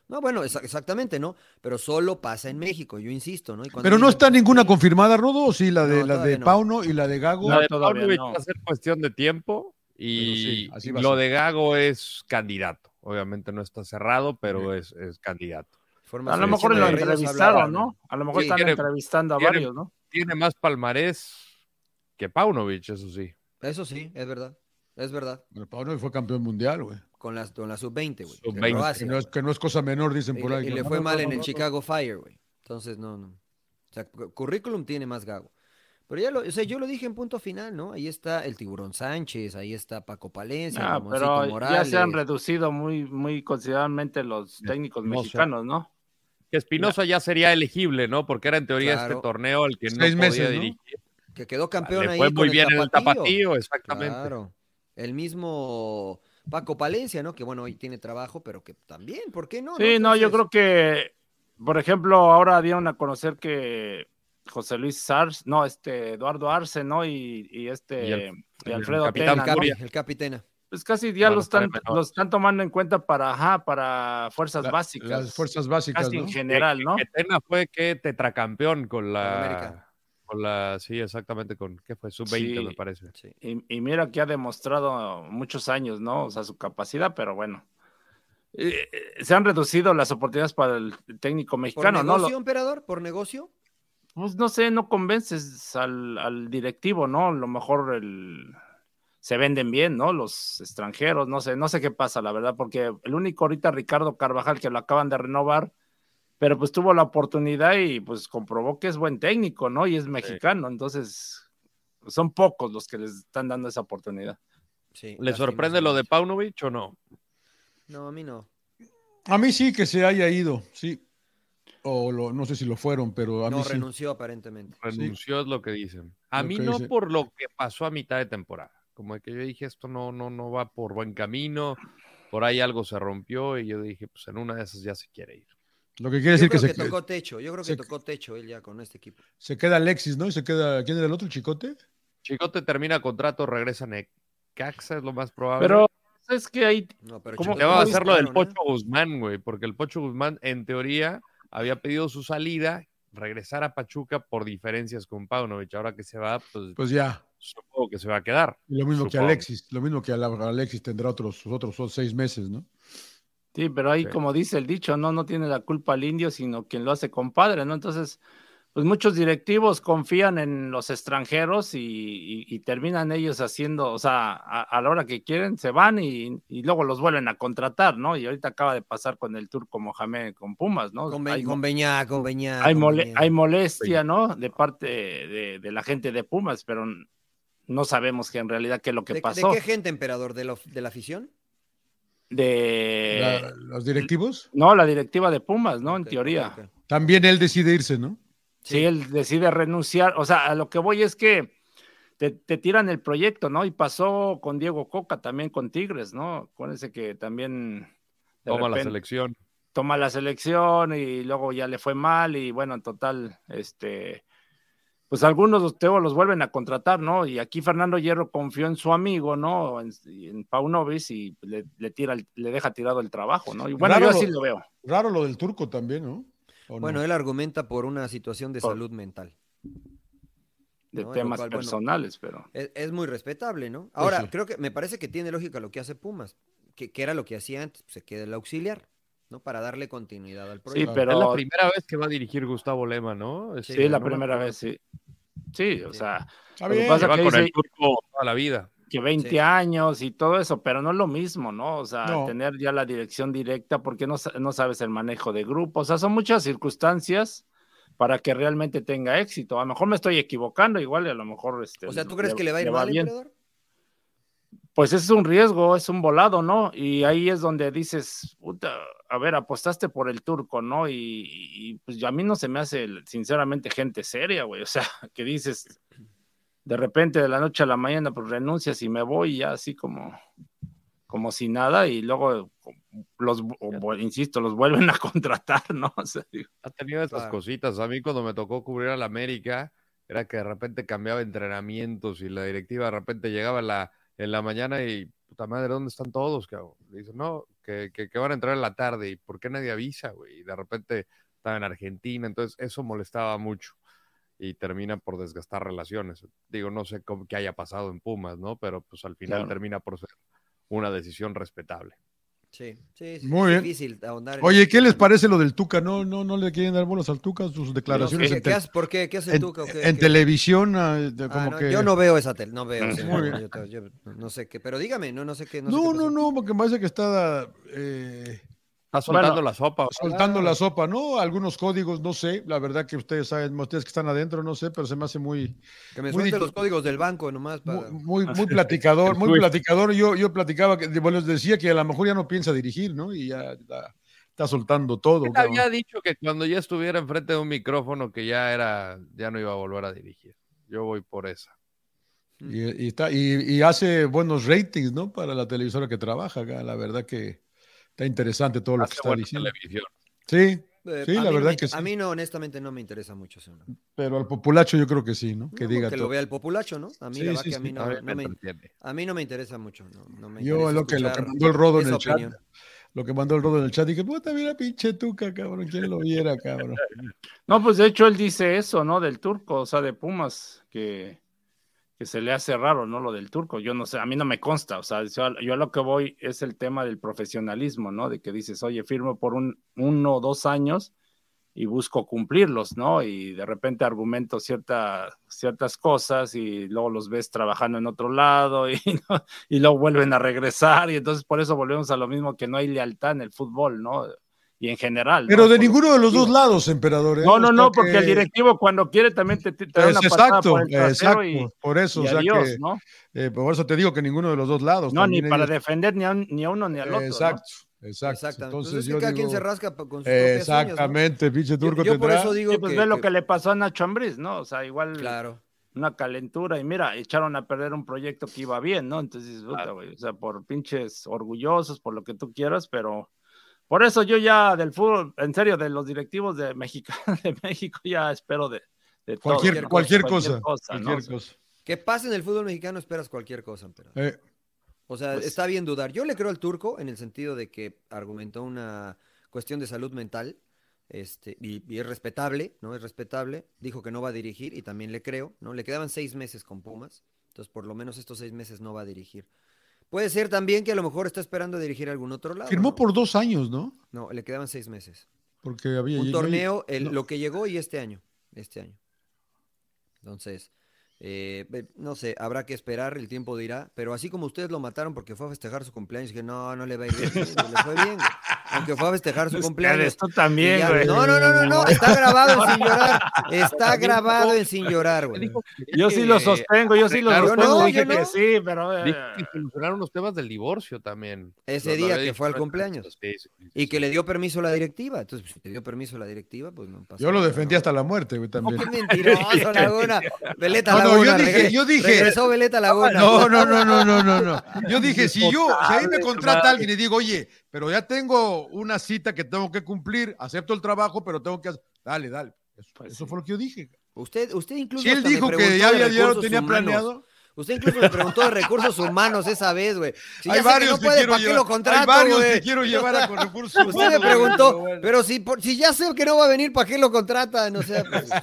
No, bueno, exa- exactamente, ¿no? Pero solo pasa en México, yo insisto, ¿no? Y cuando
Pero no
dicen-
está ninguna confirmada, Rodo, ¿o sí, la de,
No,
la de
todavía no.
Pauno y la de Gago.
No,
La de
todavía
Pavlovich
no.
va a ser cuestión de tiempo
Pero sí,
y
así va a
lo
ser.
de Gago es candidato. Obviamente no está cerrado, pero es, es candidato.
Forma
A lo
sí,
mejor
sí,
lo
selección
sí.
de Guerreros
entrevistaron,
habla-
¿no? A lo mejor
Sí,
están
quiere-
entrevistando a
quiere-
varios, ¿no?
Tiene más palmarés que Paunovic, eso sí.
Eso sí, es verdad, es verdad.
Pero Pauno fue campeón mundial, güey.
Con la, con la sub-20, güey. de
Sub-20,
Que
Croacia,
no, es, que no es cosa menor, dicen
Y
por
le-
ahí.
Y
¿no?
le fue
No,
mal
no,
en
no,
el
no.
Chicago Fire, güey. Entonces, no, no. O sea, cu- currículum tiene más gago. Pero ya lo, o sea, yo lo dije en punto final, ¿no? Ahí está el Tiburón Sánchez, ahí está Paco Palencia,
Ah,
Ramoncito
pero ya
Morales.
se han reducido muy, muy considerablemente los técnicos
no sé.
mexicanos, ¿no?
Que Espinosa ya sería elegible, ¿no? Porque era en teoría
Claro.
este torneo el que no
Seis
podía
meses, ¿no?
dirigir.
que quedó campeón
Le
ahí
fue
con
muy bien en el tapatío, exactamente.
Claro. El mismo Paco Palencia, ¿no? Que bueno, hoy tiene trabajo, pero que también, ¿por qué no?
Sí, no, yo
Entonces,
creo que, por ejemplo, ahora dieron a conocer que José Luis Sars, no, este Eduardo Arce, ¿no? Y, y este
Y el-
y
el
Alfredo
capitán
el,
Tena, ¿no?
capi-
Furia.
el capitena.
Pues casi ya
Bueno,
los, están,
estaría mejor.
los están tomando en cuenta para, ajá, para fuerzas
La-
básicas.
Las fuerzas básicas,
casi
¿no?
en general, ¿no?
Que Tena fue que tetracampeón con
Con
la.
América.
Con la sí, exactamente, con. ¿Qué fue? Sub-20,
Sí.
me parece.
Sí.
Y, y mira que ha demostrado muchos años, ¿no? O sea, su capacidad, pero bueno. Eh, eh, se han reducido las oportunidades para el técnico
¿Por
mexicano, ¿no?
negocio,
Lo-
emperador? ¿Por negocio?
pues no sé, no convences al, al directivo, ¿no? A lo mejor el- se venden bien, ¿no? Los extranjeros, no sé, no sé qué pasa, la verdad, porque el único ahorita Ricardo Carvajal que lo acaban de renovar, pero pues tuvo la oportunidad y pues comprobó que es buen técnico, ¿no? Y es mexicano, entonces son pocos los que les están dando esa oportunidad.
Sí.
¿Le sorprende lo de
lastimosamente.
Paunovic o no?
No, a mí no.
A mí sí que se haya ido, sí. O lo- no sé si lo fueron, pero a mí
No
sí.
renunció aparentemente.
Renunció es lo que dicen. A
Lo
mí
que
no
dice.
por lo que pasó a mitad de temporada. Como que yo dije, esto no, no, no va por buen camino. Por ahí algo se rompió y yo dije, pues en una de esas ya se quiere ir.
Lo que quiere
Yo
decir que,
creo que,
se,
tocó techo, yo creo que
se-
tocó techo él ya con este equipo.
se queda Alexis, ¿no? Y se queda. ¿Quién era el otro, el chicote?
Chicote termina contrato, regresa a Necaxa, es lo más probable.
Pero es que ahí
No, pero
¿Cómo-
Ya va a
Chicharito
hacer lo del
buscaron, ¿eh?
Pocho Guzmán, güey, porque el Pocho Guzmán, en teoría, había pedido su salida, regresar a Pachuca por diferencias con Paunovic. Ahora que se va, pues
Pues ya.
supongo que se va a quedar.
Y lo mismo que
Supongo.
Alexis, lo mismo que a la- Alexis tendrá otros, otros seis meses, ¿no?
Sí, pero ahí,
Sí.
como dice el dicho, no, no tiene la culpa el indio, sino quien lo hace compadre, ¿no? Entonces, pues muchos directivos confían en los extranjeros y, y- y terminan ellos haciendo, o sea, a, a la hora que quieren se van y, y luego los vuelven a contratar, ¿no? Y ahorita acaba de pasar con el turco Mohamed con Pumas, ¿no?
Con,
Hay
Be- con Beñá, con Beñá,
hay,
con
mole-
Beñá.
hay molestia, ¿no? De parte de, de la gente de Pumas, pero no sabemos que en realidad qué es lo
¿De-
que pasó.
¿De qué gente, emperador? ¿De, la- de la afición?
De-
La- los directivos.
no, la directiva de Pumas, ¿no? En
Ok,
teoría.
ok, ok.
También él decide irse, ¿no?
Si él decide renunciar, o sea, a lo que voy es que te, te tiran el proyecto, ¿no? Y pasó con Diego Coca también con Tigres, ¿no? Con ese que también de
Toma la
repente
selección.
toma la selección y luego ya le fue mal y bueno, en total, este, pues algunos los, teo, los vuelven a contratar, ¿no? Y aquí Fernando Hierro confió en su amigo, ¿no? En, en Paunovis y le, le tira, el- le deja tirado el trabajo, ¿no? Y bueno,
Raro
yo así
lo-
lo veo.
Raro lo del turco también, ¿no? ¿O no?
Bueno, él argumenta por una situación de
Por-
salud mental.
De
No, lo
temas
cual, bueno,
personales, pero.
Es, es muy respetable, ¿no? Ahora,
sí.
creo que me parece que tiene lógica lo que hace Pumas, que, que era lo que hacía antes, pues, se queda el auxiliar, ¿no? Para darle continuidad al
Sí,
proyecto.
pero.
Es la primera vez que va a dirigir Gustavo Lema, ¿no?
Sí,
Este,
Sí,
no
la
me
primera vez, sí. Sí, o
Sí.
sea,
Está
lo que
bien.
pasa-
Lleva
que
con el
dice-
turco toda la vida.
que 20
Sí.
años y todo eso, pero no es lo mismo, ¿no? O sea,
No.
tener ya la dirección directa porque no, sa- no sabes el manejo de grupo, o sea, son muchas circunstancias para que realmente tenga éxito. A lo mejor me estoy equivocando, igual y a lo mejor este
O sea, ¿tú crees que le va a ir mal, emperador?
Pues es un riesgo, es un volado, ¿no? Y ahí es donde dices, puta, a ver, apostaste por el turco, ¿no? Y, y, pues a mí no se me hace, sinceramente, gente seria, güey. O sea, [laughs] que dices, de repente, de la noche a la mañana, pues renuncias y me voy ya así como, como si nada. Y luego, los, o- insisto, los vuelven a [laughs] contratar, ¿no? O sea, digo,
Ha tenido estas
Claro.
cositas. A mí cuando me tocó cubrir al América, era que de repente cambiaba entrenamientos y la directiva de repente llegaba en la, en la mañana y, puta madre, ¿dónde están todos, cabrón? Le dicen, no, que, que, que van a entrar en la tarde. ¿Y por qué nadie avisa, güey? Y de repente estaba en Argentina, entonces eso molestaba mucho y termina por desgastar relaciones. Digo, no sé cómo, qué haya pasado en Pumas, ¿no? Pero pues al final
Claro.
termina por ser una decisión respetable.
Sí, sí, sí,
Muy
es
bien.
difícil ahondar en
Oye,
eso.
¿qué les parece lo del Tuca? No, no, no le quieren dar bolas al Tuca, sus declaraciones
¿Qué-
en,
qué
tel-
hace- ¿Por qué? ¿Qué hace
en-
tú? ¿Qué- qué-
en
qué-
televisión, ah, de-
Ah,
como
no,
que.
Yo no veo esa tele, no veo. o sea,
Muy bien.
yo- yo no sé qué, pero dígame, no, no sé qué. No, sé qué
No,
pasó.
no, no, porque me parece que está eh,
Está soltando
Bueno,
la sopa.
soltando la sopa, ¿no? Algunos códigos, no sé. La verdad que ustedes saben, ustedes que están adentro, no sé, pero se me hace muy,
Que me
Muy
suelte
difícil.
los códigos del banco nomás para.
muy, muy,
[laughs]
muy platicador, muy platicador. Yo, yo platicaba, que, bueno, les decía que a lo mejor ya no piensa dirigir, ¿no? Y ya está, está soltando todo.
Él
cabrón.
había dicho que cuando ya estuviera enfrente de un micrófono que ya era, ya no iba a volver a dirigir. Yo voy por esa.
Y, y está, y, y hace buenos ratings, ¿no? Para la televisora que trabaja acá. La verdad que está interesante todo lo que
Hace
está
buena
diciendo.
televisión.
Sí,
Eh, a
Sí, la
mí no
verdad
me-
que sí.
A mí no, honestamente, no me interesa mucho eso. ¿no?
pero al populacho yo creo que sí, ¿no? Que
No,
diga
que
todo.
lo vea el populacho, ¿no? A mí
Sí,
la verdad
sí,
que a mí
sí,
no,
A mí
no me,
entretiene.
a mí no me interesa mucho. No, no me
Yo
interesa
lo que, lo que
escuchar
mandó el rodo en
esa
el chat,
opinión.
lo que mandó el rodo en el chat, dije, puta, mira pinche tuca, cabrón, quién lo viera,
[laughs]
cabrón.
No, pues de hecho él dice eso, ¿no? Del turco, o sea, de Pumas, que, que se le hace raro, ¿no? Lo del turco. Yo no sé, a mí no me consta, o sea, yo, a- yo a lo que voy es el tema del profesionalismo, ¿no? De que dices, oye, firmo por un, uno o dos años y busco cumplirlos, ¿no? Y de repente argumento cierta, ciertas cosas y luego los ves trabajando en otro lado [laughs] y, ¿no? y luego vuelven a regresar y entonces por eso volvemos a lo mismo que no hay lealtad en el fútbol, ¿no? Y en general. ¿no?
Pero de
Por-
ninguno de los dos lados, emperador. ¿eh?
no,
O
no,
sea
no, porque
que-
el directivo cuando quiere también te, te da
Es
una patada
exacto,
por el trasero
exacto,
y,
por eso,
y
o sea
adiós,
que,
¿no?
eh, por eso te digo que ninguno de los dos lados.
No, ni
también
para
ellos-
defender ni a, un- ni a uno ni al otro.
Exacto, exacto.
Exactamente.
Entonces,
Entonces, es que
yo
cada quien
digo-
se rasca pa- con sus propias uñas, ¿no?
Exactamente, pinche
Yo-
turco
Yo, por
tendrá.
eso digo
¿no? Sí, pues
que,
ve lo
que-
que le pasó a Nacho Ambriz, ¿no? O sea, igual
Claro.
una calentura y mira, echaron a perder un proyecto que iba bien, ¿no? Entonces, puta, güey, o sea, por pinches orgullosos, por lo que tú quieras, pero por eso yo ya del fútbol, en serio, de los directivos de México, [laughs] de México ya espero de, de todo,
Cualquier,
Todo,
cualquier cosa.
cualquier cosa, Ah, ¿no?
Cualquier
O sea,
cosa.
Que pase en el fútbol mexicano, esperas cualquier cosa. Pero...
Eh,
O sea,
Pues-
está bien dudar. Yo le creo al turco en el sentido de que argumentó una cuestión de salud mental. Este, y, y es respetable, ¿no? Es respetable. Dijo que no va a dirigir y también le creo, ¿no? Le quedaban seis meses con Pumas. Entonces, por lo menos estos seis meses no va a dirigir. Puede ser también que a lo mejor está esperando dirigir a algún otro lado.
Firmó
Ah, ¿no?
por dos años, ¿no?
No, le quedaban seis meses.
Porque había
Un
yo- yo-
torneo, el-
no.
lo que llegó y este año. Este año. Entonces, eh, ve- no sé, habrá que esperar, el tiempo dirá. Pero así como ustedes lo mataron porque fue a festejar su cumpleaños, que no, no le va a ir bien. no le fue bien. güey. Aunque fue a festejar
Pues,
su cumpleaños.
Esto
y
también,
ya-
güey.
no, no, no, no, no, está grabado en sin llorar. Está grabado en sin llorar,
Él
güey.
dijo que-
Yo sí lo
que-
sostengo, yo sí lo
Claro,
sostengo.
no,
dije
yo no.
que sí, pero. eh,
Dijo que solucionaron los temas del divorcio también.
Ese
Lo- lo
día
había
que
dicho
fue al
en-
cumpleaños.
Sí, sí, sí,
Y que
sí.
le dio permiso la directiva. Entonces, pues, si te dio permiso la directiva, pues no pasa
Yo lo
nada,
defendí
¿no?
hasta la muerte, güey,
No, pues,
también.
qué
[laughs]
mentiroso, Laguna. Veleta
No, no,
Laguna.
yo dije,
regre-
yo dije.
Regresó Veleta Laguna.
Ah, No, no, no, no, no, no, no. Yo dije, si yo, si ahí me contrata alguien y digo, oye, pero ya tengo una cita que tengo que cumplir, acepto el trabajo, pero tengo que hacer. Dale, dale. Eso,
Pues
eso
sí.
fue lo que yo dije.
Usted, usted incluso.
Si él
hasta me
dijo que
preguntó
ya,
de
había- ya lo
recursos
tenía
humanos.
planeado,
Usted incluso me preguntó de recursos humanos esa vez, güey. Si ya
hay
sé que
varios
no
que
puede,
quiero
¿pa' qué lo
llevar.
contrato,
Hay varios
güey?
que quiero
[laughs]
llevar a con recursos.
Usted me
humanos,
preguntó,
güey, pero bueno.
pero si, por- si ya sé que no va a venir, ¿para qué lo contratan? O sea,
[laughs]
pues,
Lo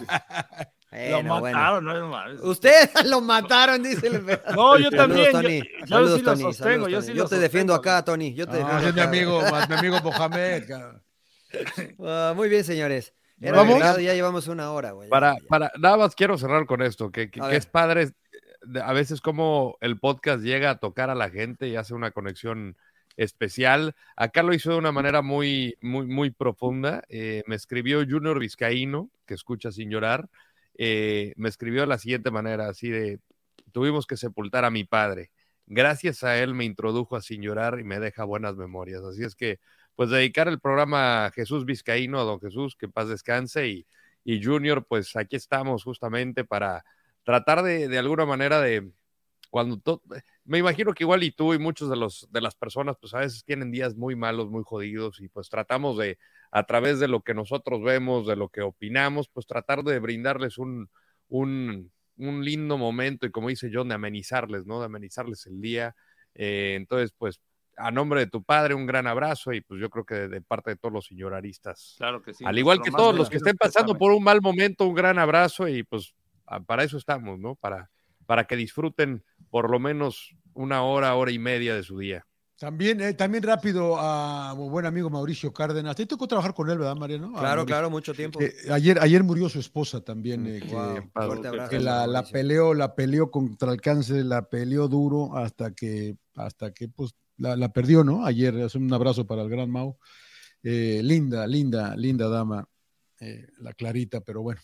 bueno, bueno.
mataron, no mames.
Usted [laughs] lo mataron, dice el
No, yo
Saludos,
también. yo-
Tony.
Yo,
Saludos,
sí lo
Tony.
sostengo.
Saludos,
Yo
Tony.
sí
Yo
lo
te defiendo
sostengo.
acá, Tony. Yo te defiendo
Ah, ese es mi
acá.
amigo,
[laughs]
más mi amigo Mohamed. cabrón.
Ah, muy bien, señores. Era
¿Vamos?
verdad, ya llevamos una hora, güey.
Para, para, nada más quiero cerrar con esto, que, que-
A
que
ver.
es padre eh, de- a veces como el podcast llega a tocar a la gente y hace una conexión especial. Acá lo hizo de una manera muy, muy, muy profunda. Eh, me escribió Junior Vizcaíno, que escucha sin llorar, eh, me escribió de la siguiente manera, así de, tuvimos que sepultar a mi padre. Gracias a él me introdujo a Sin Llorar y me deja buenas memorias. Así es que, pues dedicar el programa a Jesús Vizcaíno, a don Jesús, que en paz descanse y y Junior, pues aquí estamos justamente para tratar de, de alguna manera de cuando to- me imagino que igual y tú y muchos de los de las personas pues a veces tienen días muy malos, muy jodidos y pues tratamos de a través de lo que nosotros vemos, de lo que opinamos, pues tratar de brindarles un un, un lindo momento y como dice John de amenizarles, ¿no? De amenizarles el día. Eh, entonces, pues a nombre de tu padre un gran abrazo y pues yo creo que de, de parte de todos los señoraristas
Claro que sí.
al igual que
Lo
todos
más
los que estén
merecido
pasando
pésame.
por un mal momento, un gran abrazo y pues a- para eso estamos, ¿no? Para, para que disfruten por lo menos una hora, hora y media de su día.
También, eh, también rápido a mi buen amigo Mauricio Cárdenas. Te tocó trabajar con él, ¿verdad, Mariano? A
Claro,
Mauricio.
claro, mucho tiempo.
Eh, ayer, ayer murió su esposa también, eh, que-
Wow,
padre.
fuerte abrazo,
que la, la
Mauricio.
peleó, la peleó contra el cáncer, la peleó duro hasta que, hasta que pues, la, la perdió, ¿no? Ayer, es un abrazo para el gran Mau. Eh, linda, linda, linda dama, eh, la Clarita, pero bueno,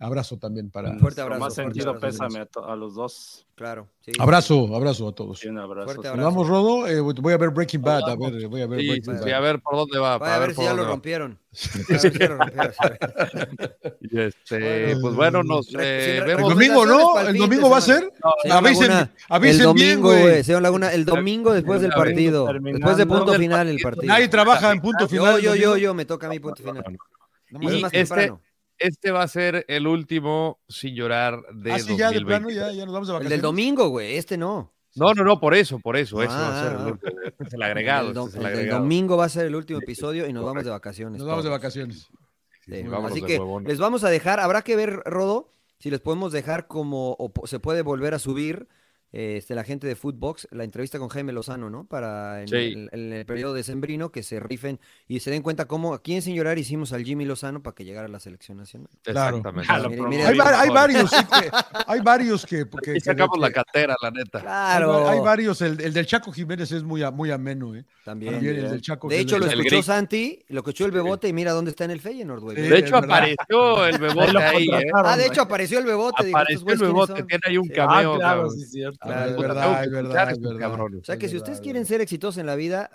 abrazo también para...
Fuerte
Lo
abrazo.
más
fuerte
sentido
abrazo,
pésame a, to- a los dos.
Claro. sí.
Abrazo, abrazo a todos.
Y un abrazo. [laughs]
Fuerte
Nos vamos, Rodo. Eh, voy a ver Breaking Bad, a ver, voy a ver
pues, Sí,
Breaking
sí,
Bad.
a ver por dónde va.
Vaya a ver si
por
ya lo
dónde va.
rompieron. A ver si ya lo rompieron.
Y, este,
Bueno,
pues bueno, nos
la-
eh,
sin-
El
vemos.
domingo, ¿no?
Recomendaciones para el
El
fin de
domingo va a
semana.
ser.
Señor
[laughs] Avisen,
Laguna, el
avisen bien,
domingo,
güey.
güey, señor Laguna, el domingo después del
El domingo
partido,
terminando.
después de punto
Del
final el
partido.
partido.
Nadie trabaja en punto
yo,
final.
yo,
el
yo,
domingo.
yo, me toca a mí punto final. No,
Y
es más
este-
temprano.
Este va a ser el último sin llorar de
Ah, sí, ya de
2020.
plano, ya, ya nos vamos de
El
vacaciones.
del domingo, güey, este no.
No, no, no, por eso, por eso. ese va a
Ah,
ser
ah,
el,
ah.
último. Este es el
El,
agregado.
del dom-
este es el
el del
agregado.
domingo va a ser el último episodio y nos vamos de vacaciones.
Nos vamos de
todos.
vacaciones.
Sí,
Sí,
vámonos
Así
de
que
huevón.
les vamos a dejar, habrá que ver, Rodo, si les podemos dejar como o po- se puede volver a subir eh, este, la gente de Footbox, la entrevista con Jaime Lozano, ¿no? Para en,
Sí.
el- en el periodo decembrino que se rifen y se den cuenta cómo aquí en Sin Llorar hicimos al Jimmy Lozano para que llegara a la selección nacional.
Claro.
Exactamente.
Ah, lo
Mire,
promovimos.
mire,
Hay, va- hay
Por-
varios, sí, que- hay varios que. que-
Aquí
que-
sacamos
que-
la cartera, la neta.
Claro,
Hay, hay varios. El, el del Chaco Jiménez es muy, a- muy ameno, ¿eh?
también.
También el del Chaco
De hecho, lo
El
Jiménez.
escuchó
Gris.
Santi, lo escuchó el Bebote y mira dónde está en el Feyenoord, güey.
Sí.
De hecho,
es verdad.
apareció el bebote ahí, ¿eh?
Ah, de hecho, apareció el Bebote. digo, ¿estos
Apareció el
güeyes quiénes
bebote,
son?
tiene ahí un
Sí.
cameo.
Ah, claro,
cabrón.
sí, es cierto.
Ah, es
Puta,
verdad,
tengo que
es verdad,
escuchar
es
estos
verdad.
O
cabrones.
sea que
Es
si
verdad,
ustedes
es
quieren ser exitosos en la vida,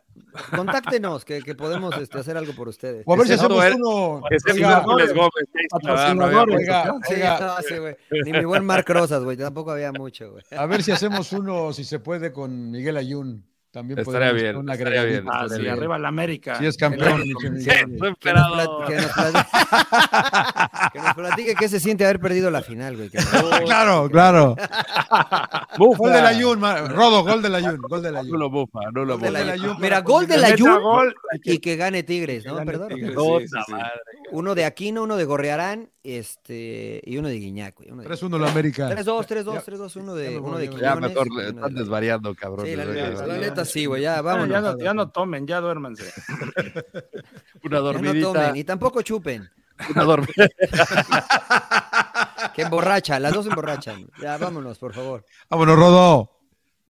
contáctenos, que, que podemos este, hacer algo por ustedes.
O a ver si
Excepto
hacemos
él.
uno.
Que sea
Oiga,
Hércules Gómez, ahí está,
Patrocinadores.
no había-
oiga,
Sí,
oiga,
no, sí, güey. Ni mi buen Marc Rosas, güey, tampoco había mucho, güey.
a ver si hacemos uno, si se puede, con Miguel Ayun. También
Estaría
podríamos
bien,
una
estaría bien.
agregadita.
Ah, sí, arriba la América.
Sí, es campeón.
El-
pinche
Sí,
Miguel.
soy
Que nos,
emperador.
plat- que nos plat- [laughs] que nos platique qué se siente haber perdido la final, güey. que
Ah,
no-
claro, claro. Ah.
Bufa.
Gol del Ayun, ma- Rodo, gol del Ayun, gol del
No
Ayun.
lo bufa, no lo
Gol de la
bufa.
la
Ju-
Ju-
Mira, gol de
Que
la
meta
Ju
gol.
y que gane Tigres, ¿no? Perdón.
Tigres.
Puta
Sí, sí, sí.
madre.
Uno de Aquino, uno de Gorrearán este, y uno de Guiñac, güey. Uno de...
3-1 la América.
3-2, 3-2,
Ya-
3-2, uno
ya
de,
me
uno de
voy, ya eh, me voy.
Ya
Quiñones,
mejor
uno
le-
de-
están desvariando, cabrón.
Sí, la,
Oye,
neta-
oye,
la
oye.
neta sí, güey, ya,
Ah,
vámonos.
ya, no, ya no tomen, ya duérmanse.
Una
Ya no
dormidita.
tomen y tampoco chupen,
Una dormida.
que emborracha, las dos emborrachan. Ya, vámonos, por favor.
Vámonos, Ah, Rodo.